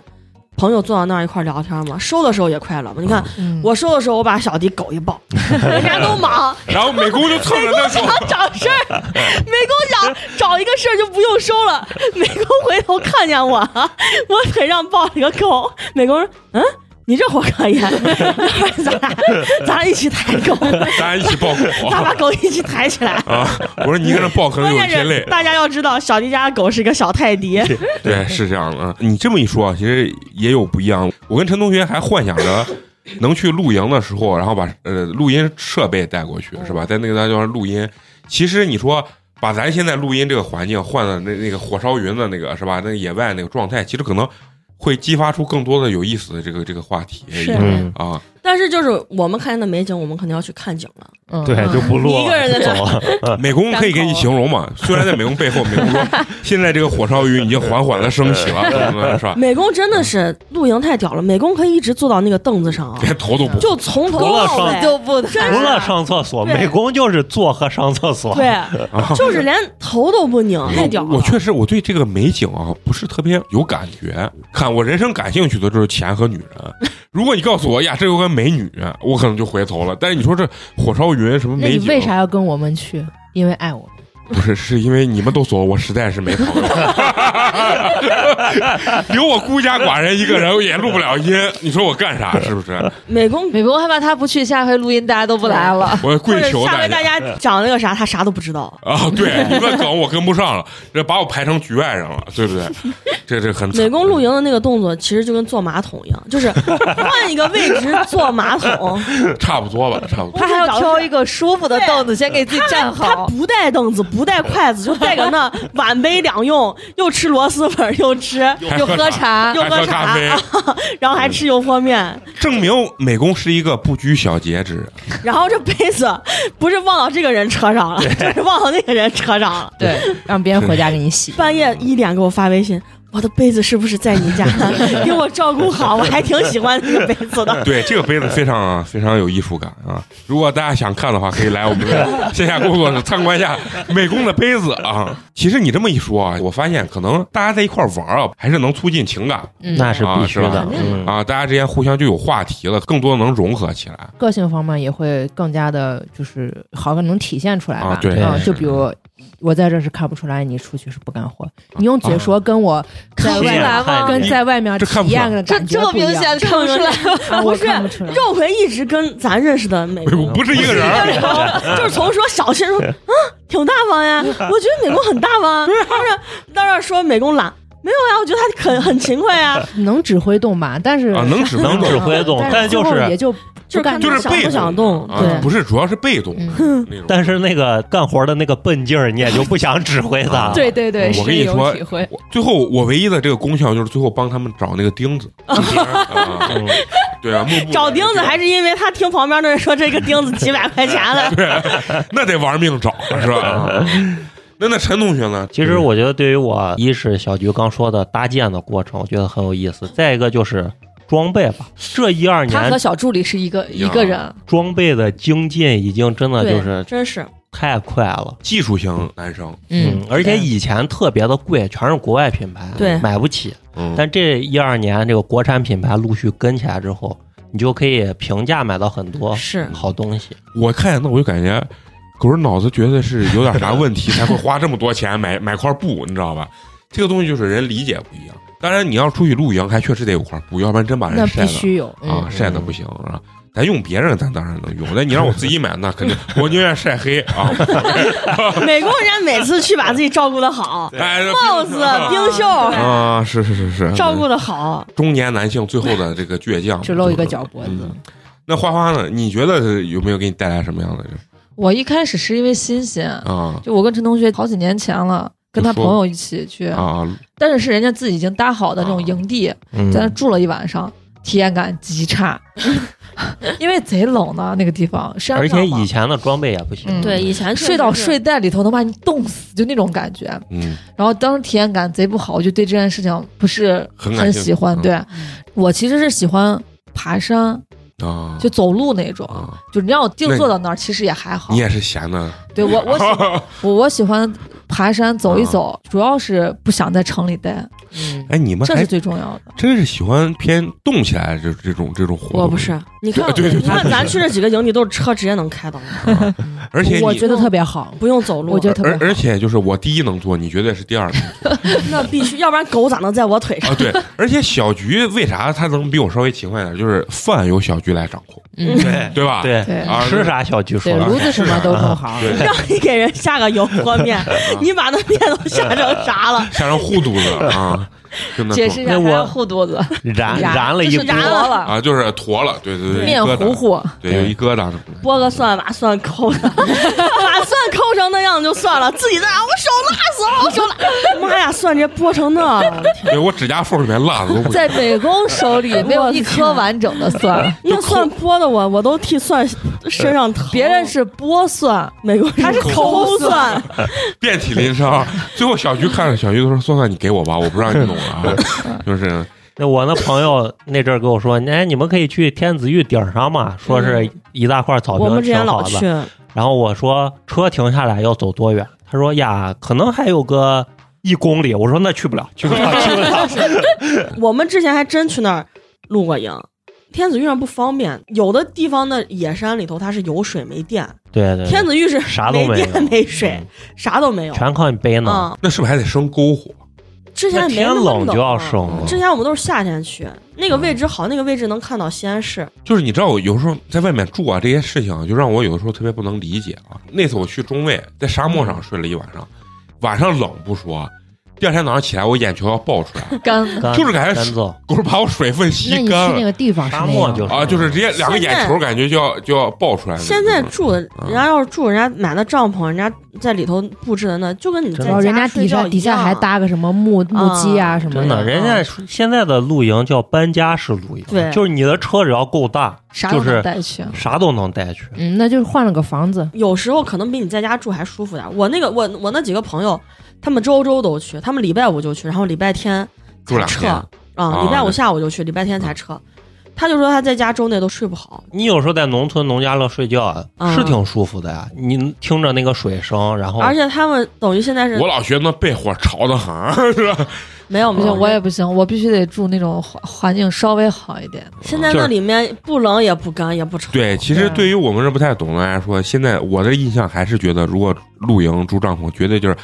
Speaker 2: 朋友坐到那儿一块儿聊天嘛，收的时候也快乐嘛。你看
Speaker 3: 嗯
Speaker 2: 我收的时候，我把小迪狗一抱，人家都忙，
Speaker 1: 然后美工就蹭着那
Speaker 2: 想
Speaker 1: 说，
Speaker 2: 找事儿，美工想找一个事儿就不用收了。美工回头看见我，我腿上抱了一个狗，美工说：“嗯，你这活可以，啊 (laughs) 要不然咱俩咱俩一起抬狗，
Speaker 1: 大家一起抱
Speaker 2: (laughs)
Speaker 1: 狗
Speaker 2: 咱把狗一起抬起
Speaker 1: (laughs)
Speaker 2: 来。”
Speaker 1: 啊！我说你一个人抱可能
Speaker 2: 关
Speaker 1: 有
Speaker 2: 键
Speaker 1: 些
Speaker 2: 是
Speaker 1: 累，
Speaker 2: 大家要知道，小迪家的狗是个小泰迪，
Speaker 1: (laughs) 对，是这样的。啊你这么一说，啊，其实也有不一样。我跟陈同学还幻想着 (laughs) 能去露营的时候，然后把呃录音设备带过去，是吧？在那个地方录音。其实你说把咱现在录音这个环境换到那那个火烧云的那个是吧？那个野外那个状态，其实可能会激发出更多的有意思的这个这个话题
Speaker 2: 是
Speaker 4: 嗯
Speaker 1: 啊。
Speaker 2: 但是就是我们看见的美景，我们肯定要去看景了。
Speaker 3: 嗯
Speaker 4: 对就
Speaker 5: (laughs)
Speaker 4: 不录
Speaker 2: 你一个人在这
Speaker 4: 走
Speaker 2: (laughs)
Speaker 4: 了，
Speaker 1: 美工可以给你形容嘛？虽然在美工背后，美工说 (laughs) 现在这个火烧云已经缓缓的升起了，什么的是吧？
Speaker 2: 美工真的是露营太屌了，美工可以一直坐到那个凳子上啊，
Speaker 1: 连头都不
Speaker 2: 就从头
Speaker 4: 除了
Speaker 2: 到尾
Speaker 4: 上
Speaker 5: 就不太
Speaker 2: 真
Speaker 4: 除
Speaker 2: 是
Speaker 4: 了上厕所，
Speaker 2: 对
Speaker 4: 美工就是坐和上厕
Speaker 1: (laughs)
Speaker 4: 所，
Speaker 1: 啊
Speaker 2: 对，就是连头都不拧，太屌了。
Speaker 1: 我确实我对这个美景啊不是特别有感觉。看我人生感兴趣的就是钱和女
Speaker 2: (laughs)
Speaker 1: 人。如果你告诉我呀，这有个美女，我可能就回头了。但是你说这火烧云什么
Speaker 3: 那
Speaker 1: 美
Speaker 3: 你
Speaker 1: 景，
Speaker 3: 为啥要跟我们去？因为爱我。
Speaker 1: 不是，是因为你们都锁，我实在是没朋
Speaker 2: (laughs)
Speaker 1: 友，留我孤家寡人一个人也录不了音，你说我干啥？是不是？
Speaker 2: 美工
Speaker 5: 美工害怕他不去，下回录音大家都不来了。
Speaker 1: 我
Speaker 2: 或
Speaker 1: 跪
Speaker 2: 者
Speaker 1: 求嗯
Speaker 2: 下回大
Speaker 1: 家
Speaker 2: 家讲那个啥，他啥都不
Speaker 1: (laughs)
Speaker 2: 知道。
Speaker 1: 啊！对，你们梗我跟不上了，这把我排成局外人了，对不对？这这很惨
Speaker 2: 美工露营的那个动作，其实就跟坐马桶一样，就是换一个位置坐马桶，
Speaker 1: 差不多吧，差不多。
Speaker 5: 他还要挑一个舒服的凳子，先给自己
Speaker 2: (laughs)
Speaker 5: 站
Speaker 2: 他
Speaker 5: 好。
Speaker 2: 不带凳子，不带筷子，就带个那碗杯两用，又吃螺蛳粉，又
Speaker 1: (laughs)
Speaker 2: 吃，
Speaker 1: 还
Speaker 5: 又喝茶
Speaker 2: 又
Speaker 1: 还喝
Speaker 2: 喝
Speaker 1: 咖
Speaker 2: 茶
Speaker 1: (laughs) 啡，
Speaker 2: (laughs) 然后还吃油泼面。
Speaker 1: 证明美工是一个不拘小节之人。 (laughs)
Speaker 2: 然后这杯子 (laughs) 不是忘到这个人车上了，就是忘到那个人车上了。
Speaker 3: 对，让别人回家给你
Speaker 5: (laughs)
Speaker 3: 洗。
Speaker 2: 半夜一点给我发微信，我的杯子是不是在你
Speaker 1: (laughs)
Speaker 2: 家？给我照顾好，我还挺喜欢这个杯子
Speaker 5: (laughs)
Speaker 2: 的。
Speaker 1: 对，这个杯子非常啊非常有艺术感啊！如果大家想看的话，可以来我们 (laughs) 的线下工作室参观一下美工的杯子啊。其实你这么一说啊，我发现可能大家在一块儿玩儿啊，还是能促进情感
Speaker 3: 嗯，
Speaker 4: 那是
Speaker 1: 啊
Speaker 4: 必须
Speaker 1: 是吧
Speaker 4: 的。嗯
Speaker 1: 啊，大家之间互相就有话题了，更多能融合起来。
Speaker 3: 个性方面也会更加的，就是好像能体现出来吧。
Speaker 1: 啊对
Speaker 3: 嗯
Speaker 4: 是
Speaker 3: 就比如我在这是看不出来，你出去是不干
Speaker 1: 啊
Speaker 3: 活，你用嘴说跟我在
Speaker 5: 看不出
Speaker 3: 外、
Speaker 5: 来吗？
Speaker 3: 跟在外面
Speaker 1: 这看
Speaker 3: 体
Speaker 1: 不出来
Speaker 3: 验的
Speaker 5: 这
Speaker 3: 感觉
Speaker 5: 这么
Speaker 3: 不一
Speaker 5: 明
Speaker 3: 样，
Speaker 5: 显看不出来，
Speaker 3: 啊我
Speaker 2: 不是
Speaker 3: 看不出来。
Speaker 2: 肉葵一直跟咱认识的美
Speaker 1: 美工
Speaker 2: 工
Speaker 1: 不是一个人儿，
Speaker 2: (laughs) 就是从说小心说，啊，挺大方呀，我觉得美工很大方。啊当然，当然说美工懒，没有呀，我觉得他很很勤
Speaker 1: (laughs)
Speaker 2: 快呀，
Speaker 3: 能指挥动吧，但是
Speaker 1: 啊能指挥动
Speaker 3: 嗯
Speaker 1: 能指
Speaker 4: 挥动
Speaker 3: 但
Speaker 4: 但
Speaker 3: 最
Speaker 4: 就
Speaker 3: 后
Speaker 4: 是
Speaker 3: 也就
Speaker 2: 就是看
Speaker 3: 干
Speaker 1: 就是
Speaker 2: 想
Speaker 1: 被
Speaker 2: 不
Speaker 1: 动
Speaker 2: 想动。
Speaker 1: 啊
Speaker 2: 对，
Speaker 1: 不是，主要是被动
Speaker 3: 嗯
Speaker 1: 那种。
Speaker 4: 但是那个干活的那个笨劲儿，你也就不想指挥
Speaker 2: (laughs)
Speaker 3: 啊
Speaker 4: 他。
Speaker 5: 对对对，
Speaker 1: 嗯我跟你
Speaker 5: 深有
Speaker 1: 说
Speaker 5: 体会。
Speaker 1: 我最后我唯一的这个功效就是最后帮他们找那个钉子。 (laughs) 啊
Speaker 4: 嗯，
Speaker 1: 对啊，幕布
Speaker 2: (laughs) 找哦钉子还是因为他听旁边的人说这
Speaker 1: (laughs)
Speaker 2: 个钉子几百块钱了，
Speaker 1: 那得玩命找是吧？啊那那陈同学呢？
Speaker 4: 其实我觉得，对于我，一是小菊刚说的搭建的过程，我觉得很有意思；再一个就是装备吧，这一二
Speaker 5: 他和
Speaker 4: 年
Speaker 5: 小助理是一个
Speaker 1: 一样啊
Speaker 5: 一个人，
Speaker 4: 装备的精进已经真的就是
Speaker 2: 真是
Speaker 4: 太快了。
Speaker 1: 技术型男生，
Speaker 3: 嗯，
Speaker 4: 而且
Speaker 3: 对
Speaker 4: 以前特别的贵，全是国外品牌，
Speaker 2: 对
Speaker 4: 买不起。
Speaker 1: 嗯，
Speaker 4: 但这一二年，这个国产品牌陆续跟起来之后，你就可以平价买到很多
Speaker 2: 是
Speaker 4: 好东西。
Speaker 1: 我看那我就感觉狗儿脑子觉得是有点啥问题，才会花这么多钱买 (laughs) 买块布，你知道吧？这个东西就是人理解不一样。当然，你要出去露营，还确实得有块布，要不然真把
Speaker 3: 那
Speaker 1: 人晒的
Speaker 3: 必须有
Speaker 1: 啊，
Speaker 3: 嗯
Speaker 1: 晒的不行啊。咱用别人，咱当然能用。那你让我自己买，那肯定我宁愿晒黑
Speaker 2: (laughs)
Speaker 1: 啊！
Speaker 2: 美工人家每次去把自己照顾的好，
Speaker 1: 哎，
Speaker 2: 帽子、冰袖 (laughs)
Speaker 1: 啊，是是是是，
Speaker 2: 照顾的好，
Speaker 1: 中年男性最后的这个倔强，
Speaker 3: 只露一个脚脖子。
Speaker 1: 嗯那花花呢？你觉得有没有给你带来什么样的这
Speaker 5: 我一开始是因为新鲜，
Speaker 1: 啊
Speaker 5: 就我跟陈同学好几年前了，跟他
Speaker 1: 就
Speaker 5: 朋
Speaker 1: 说
Speaker 5: 友一起去，
Speaker 1: 啊？
Speaker 5: 但是是人家自己已经搭好的那种营地，
Speaker 4: 嗯
Speaker 5: 在那住了一晚上，体验感极差，因为贼冷呢，那个地方山
Speaker 4: 而
Speaker 5: 上
Speaker 4: 且
Speaker 5: 嘛
Speaker 4: 以前的装备也不行。
Speaker 5: 嗯
Speaker 2: 对，以前确实
Speaker 5: 睡到
Speaker 2: 是
Speaker 5: 睡袋里头能把你冻死，就那种感觉。
Speaker 1: 嗯，
Speaker 5: 然后当时体验感贼不好，我就对这件事情不是
Speaker 1: 很感兴趣
Speaker 5: 喜欢。
Speaker 1: 嗯
Speaker 5: 对、我其实是喜欢爬山，
Speaker 1: 啊，
Speaker 5: 就走路那种，
Speaker 1: 啊，
Speaker 5: 就你让我静
Speaker 1: 那
Speaker 5: 坐到那儿，其实也还好
Speaker 1: 你。也是闲的，
Speaker 5: 对我我喜
Speaker 1: (laughs)
Speaker 5: 我我喜欢爬山走
Speaker 1: 嗯
Speaker 5: 一走，主要是不想在城里待，
Speaker 3: 嗯，
Speaker 1: 哎，你们
Speaker 5: 这是
Speaker 1: 还
Speaker 5: 最重要的。
Speaker 1: 真是喜欢偏动起来这这种这种活动，
Speaker 2: 我不是，你看，
Speaker 1: 对对对
Speaker 2: 你看咱去这几个营地都是车直接能开到，
Speaker 1: 啊，而且
Speaker 3: 我
Speaker 1: 你
Speaker 3: 觉得特别好，
Speaker 2: 不用走路。
Speaker 3: 我觉得特别
Speaker 1: 而
Speaker 3: 好。
Speaker 1: 而且就是我第一能做，你绝对是第二能做
Speaker 2: 那必须，要不然狗咋能在我腿上？
Speaker 1: 啊。对，而且小菊为啥她能比我稍微勤快点？就是饭由小菊来掌控，
Speaker 3: 嗯，
Speaker 4: 对
Speaker 1: 对吧？
Speaker 4: 对，
Speaker 3: 对
Speaker 1: 啊，
Speaker 4: 吃啥小菊说
Speaker 3: 对，
Speaker 1: 了
Speaker 3: 炉子什么都弄好。
Speaker 1: 对，
Speaker 2: 让你给人下个油泼
Speaker 5: (laughs)
Speaker 2: 面，你把那面都下成啥了？
Speaker 1: 下上护肚子啊，就那
Speaker 5: 解
Speaker 1: 种
Speaker 5: 释一下，
Speaker 4: 那我
Speaker 5: 还有护肚子，
Speaker 4: (laughs) 燃
Speaker 5: 燃
Speaker 4: 燃了一
Speaker 5: 就是
Speaker 4: 锅，
Speaker 5: 燃了了，
Speaker 1: 啊，就是坨了，对对对，
Speaker 5: 面
Speaker 1: 一疙瘩
Speaker 5: 糊，糊。
Speaker 1: 对，有一疙瘩什么的。
Speaker 2: 剥个蒜把蒜抠上， (laughs) 把蒜抠成那样子就算了，自己在那我手辣死了，我手
Speaker 5: (laughs)
Speaker 2: 辣，妈呀，蒜直接剥成那了，
Speaker 1: 对我指甲缝里面蜡子都不行
Speaker 5: 在美工手里没有一颗完整的
Speaker 1: (laughs)
Speaker 5: 蒜，
Speaker 2: 那蒜剥的我我都替蒜身上疼。
Speaker 5: 别人是剥蒜，
Speaker 2: 美国人
Speaker 5: 他是抠
Speaker 2: 蒜，
Speaker 1: 遍体鳞伤。最后小菊看着小菊都说：“算算你给我吧，我不让你弄了啊。”就是
Speaker 4: 那我那朋友那阵儿跟我说，哎，你们可以去天子峪顶上嘛，说是一大块草
Speaker 2: (laughs) 嗯我们
Speaker 4: 坪
Speaker 2: 之
Speaker 4: 挺
Speaker 2: 前
Speaker 4: 好
Speaker 2: 老
Speaker 5: (laughs)
Speaker 2: 去
Speaker 4: 的。，然后我说车停下来要走多远？他说呀，可能还有个一公
Speaker 1: (laughs)
Speaker 4: 里。我说那去不了，去不了，去不了。
Speaker 2: 我们之前还真去那儿露过营，天子峪上不方便，有的地方的野山里头它是有水没电，
Speaker 4: (laughs) 对对，
Speaker 2: 天
Speaker 4: 子
Speaker 2: 子峪是
Speaker 4: 呃啥都
Speaker 2: 没
Speaker 4: 没有嗯
Speaker 2: 电没水，啥都没有。
Speaker 4: 全靠你背呢。
Speaker 2: 啊、
Speaker 1: 那是不是还得生篝火？
Speaker 2: 之前
Speaker 4: 那
Speaker 2: 也没
Speaker 4: 天
Speaker 2: 那么
Speaker 4: 冷就要
Speaker 2: 啊
Speaker 4: 生了嗯
Speaker 2: 之前我们都是夏天去，那个位置好，那个位置能看到西安市。
Speaker 1: 就是你知道，我有时候在外面住啊，这些事情啊就让我有的时候特别不能理解啊。那次我去中卫，在沙漠上睡了一晚上，晚上冷不说，第二天早上起来我眼球要爆出来，
Speaker 5: 干
Speaker 2: 嗯
Speaker 4: 干
Speaker 1: 就是感觉
Speaker 4: 干
Speaker 1: 是
Speaker 4: 燥，
Speaker 1: 狗是把我水分吸 (laughs)
Speaker 3: 那你去
Speaker 1: 干
Speaker 3: (laughs) 那
Speaker 1: 了
Speaker 3: 个地方是
Speaker 4: 沙
Speaker 3: 那
Speaker 4: 漠
Speaker 3: 样
Speaker 4: 就是
Speaker 1: 啊，就是直接两个眼球感觉就要就要爆出来那种。
Speaker 2: 现在住的，
Speaker 1: 嗯
Speaker 2: 人家要是住人家买的帐篷，人家在里头布置的那，就跟你在
Speaker 4: 真
Speaker 3: 然后
Speaker 2: 家
Speaker 3: 哦人家
Speaker 2: 睡
Speaker 3: 底
Speaker 2: 觉
Speaker 3: 下
Speaker 2: 一
Speaker 3: 底下还
Speaker 2: 样。
Speaker 3: 搭个什么木木屐啊什么
Speaker 4: 真的，
Speaker 2: 嗯
Speaker 4: 人家说现在的露营叫搬家式露营，
Speaker 2: 对
Speaker 4: 就是你的车只要够大，
Speaker 5: 啥
Speaker 4: 就
Speaker 5: 都能
Speaker 4: 是
Speaker 5: 带去。
Speaker 4: 啥都能带去。
Speaker 3: 嗯，那就是换了个房子，
Speaker 2: 有时候可能比你在家住还舒服点儿。我那个我我那几个朋友，他们周周都去，他们礼拜五就去，然后礼拜天
Speaker 1: 住两
Speaker 2: 撤
Speaker 1: 天，
Speaker 2: 啊，
Speaker 1: 啊嗯
Speaker 2: 礼拜五下午就去，礼拜天才撤。他就说他在家周内都睡不好，
Speaker 4: 你有时候在农村农家乐睡觉啊
Speaker 2: 嗯
Speaker 4: 是挺舒服的呀，你听着那个水声，然后
Speaker 2: 而且他们等于现在是
Speaker 1: 我老觉得那被火潮的很，啊是吧？
Speaker 2: 没有
Speaker 5: 不
Speaker 2: 没
Speaker 1: 嗯
Speaker 4: 啊
Speaker 2: 有，
Speaker 5: 行，我也不行，我必须得住那种环环境稍微好一点。
Speaker 2: 现在
Speaker 1: 就
Speaker 2: 那
Speaker 1: 是
Speaker 2: 里面不冷也不干也不潮。
Speaker 1: 对，其实对于我们这不太懂的来说，现在我的印象还是觉得，如果露营住帐篷，绝对就是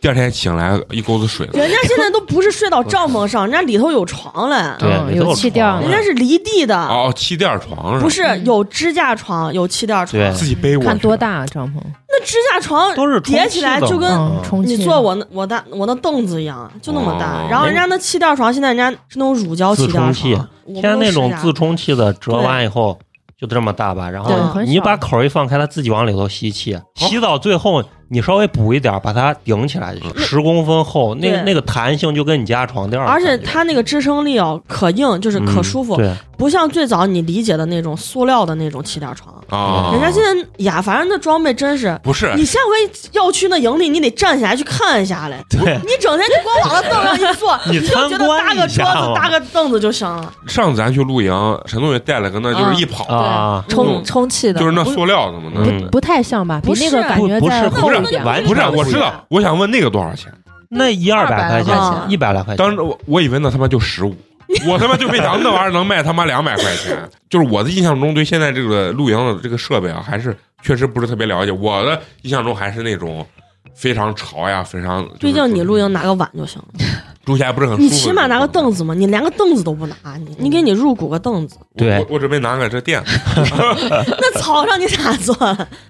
Speaker 1: 第二天醒来一沟子水了。
Speaker 2: 人家现在都不是睡到帐篷上，
Speaker 4: 嗯
Speaker 2: 人家里头有床嘞，
Speaker 4: 对
Speaker 3: 嗯
Speaker 4: 里
Speaker 3: 有
Speaker 4: 头
Speaker 3: 气
Speaker 4: 床
Speaker 3: 垫
Speaker 2: 人家是离地的，
Speaker 1: 哦，气垫床是吧
Speaker 2: 不是有支架床，有气垫床。
Speaker 4: 对
Speaker 1: 自己背过去
Speaker 3: 看多大啊帐篷，
Speaker 2: 那支架床
Speaker 4: 都是充
Speaker 2: 叠起来
Speaker 4: 气的
Speaker 2: 就跟
Speaker 4: 嗯
Speaker 3: 嗯，充气
Speaker 2: 你
Speaker 3: 的。
Speaker 2: 坐我那我大我那凳子一样，就那么大
Speaker 1: 哦。
Speaker 2: 然后人家那气垫床，现在人家是那种乳胶气垫
Speaker 4: 自充
Speaker 2: 床
Speaker 4: 气，
Speaker 2: 我
Speaker 4: 现在
Speaker 2: 没
Speaker 4: 那
Speaker 2: 有
Speaker 4: 种
Speaker 2: 试下
Speaker 4: 自充气的折完以后就这么大吧，然
Speaker 2: 对
Speaker 4: 后
Speaker 3: 很
Speaker 4: 你
Speaker 3: 小
Speaker 4: 把口一放开，它自己往里头吸气，吸到最后你稍微补一点，把它顶起来就行，十公分厚，那
Speaker 2: 对
Speaker 4: 那个弹性就跟你家床垫儿的
Speaker 2: 而
Speaker 4: 感觉，
Speaker 2: 且它那个支撑力哦，可硬就是可
Speaker 4: 嗯
Speaker 2: 舒服，
Speaker 4: 对，
Speaker 2: 不像最早你理解的那种塑料的那种气垫床。
Speaker 1: 啊，
Speaker 4: 哦
Speaker 2: 人家现在呀，反正那装备真是，
Speaker 1: 不
Speaker 4: (laughs)
Speaker 1: 是
Speaker 2: 你下回要去那营地，你得站起来去看一下嘞。
Speaker 4: 对
Speaker 2: 你整天就光往那凳上一坐
Speaker 4: (laughs) ，你
Speaker 2: 就觉得
Speaker 4: 参观
Speaker 2: 搭个
Speaker 4: 一
Speaker 2: 桌
Speaker 4: 下啊嘛
Speaker 2: 子、搭个凳子就行了。
Speaker 1: 上次咱去露营，陈同学带了个那就是一跑，
Speaker 4: 啊，
Speaker 5: 充充气的，
Speaker 1: 就是那塑料的嘛，那
Speaker 4: 嗯
Speaker 3: 不不太像吧？比
Speaker 2: 不是
Speaker 3: 那个感觉
Speaker 4: 不不是
Speaker 3: 再厚一
Speaker 1: 不是
Speaker 3: 点。
Speaker 4: 完全
Speaker 1: 不是，我
Speaker 4: 一
Speaker 1: 知
Speaker 4: 样
Speaker 1: 道，我想问那个多少钱？
Speaker 4: 那一二百块
Speaker 5: 200
Speaker 2: 块
Speaker 4: 钱，
Speaker 2: 钱
Speaker 4: 一百来块钱，
Speaker 1: 当时我我以为那他妈就十
Speaker 2: (laughs)
Speaker 1: 五，我他妈就没想到那玩意儿能卖他妈两百块钱。就是我的印象中，对现在这个露营的这个设备啊，还是确实不是特别了解。我的印象中还是那种非常潮呀，非常就是
Speaker 2: 毕竟你露营拿个碗就行了，
Speaker 1: 住起来不是很舒服。
Speaker 2: 你起码拿个，凳子嘛，你连个凳子都不拿，你你给你入股个
Speaker 4: (laughs)
Speaker 2: 凳子，
Speaker 4: 对
Speaker 1: 我我准备拿个这垫子，
Speaker 2: 那草上你咋坐？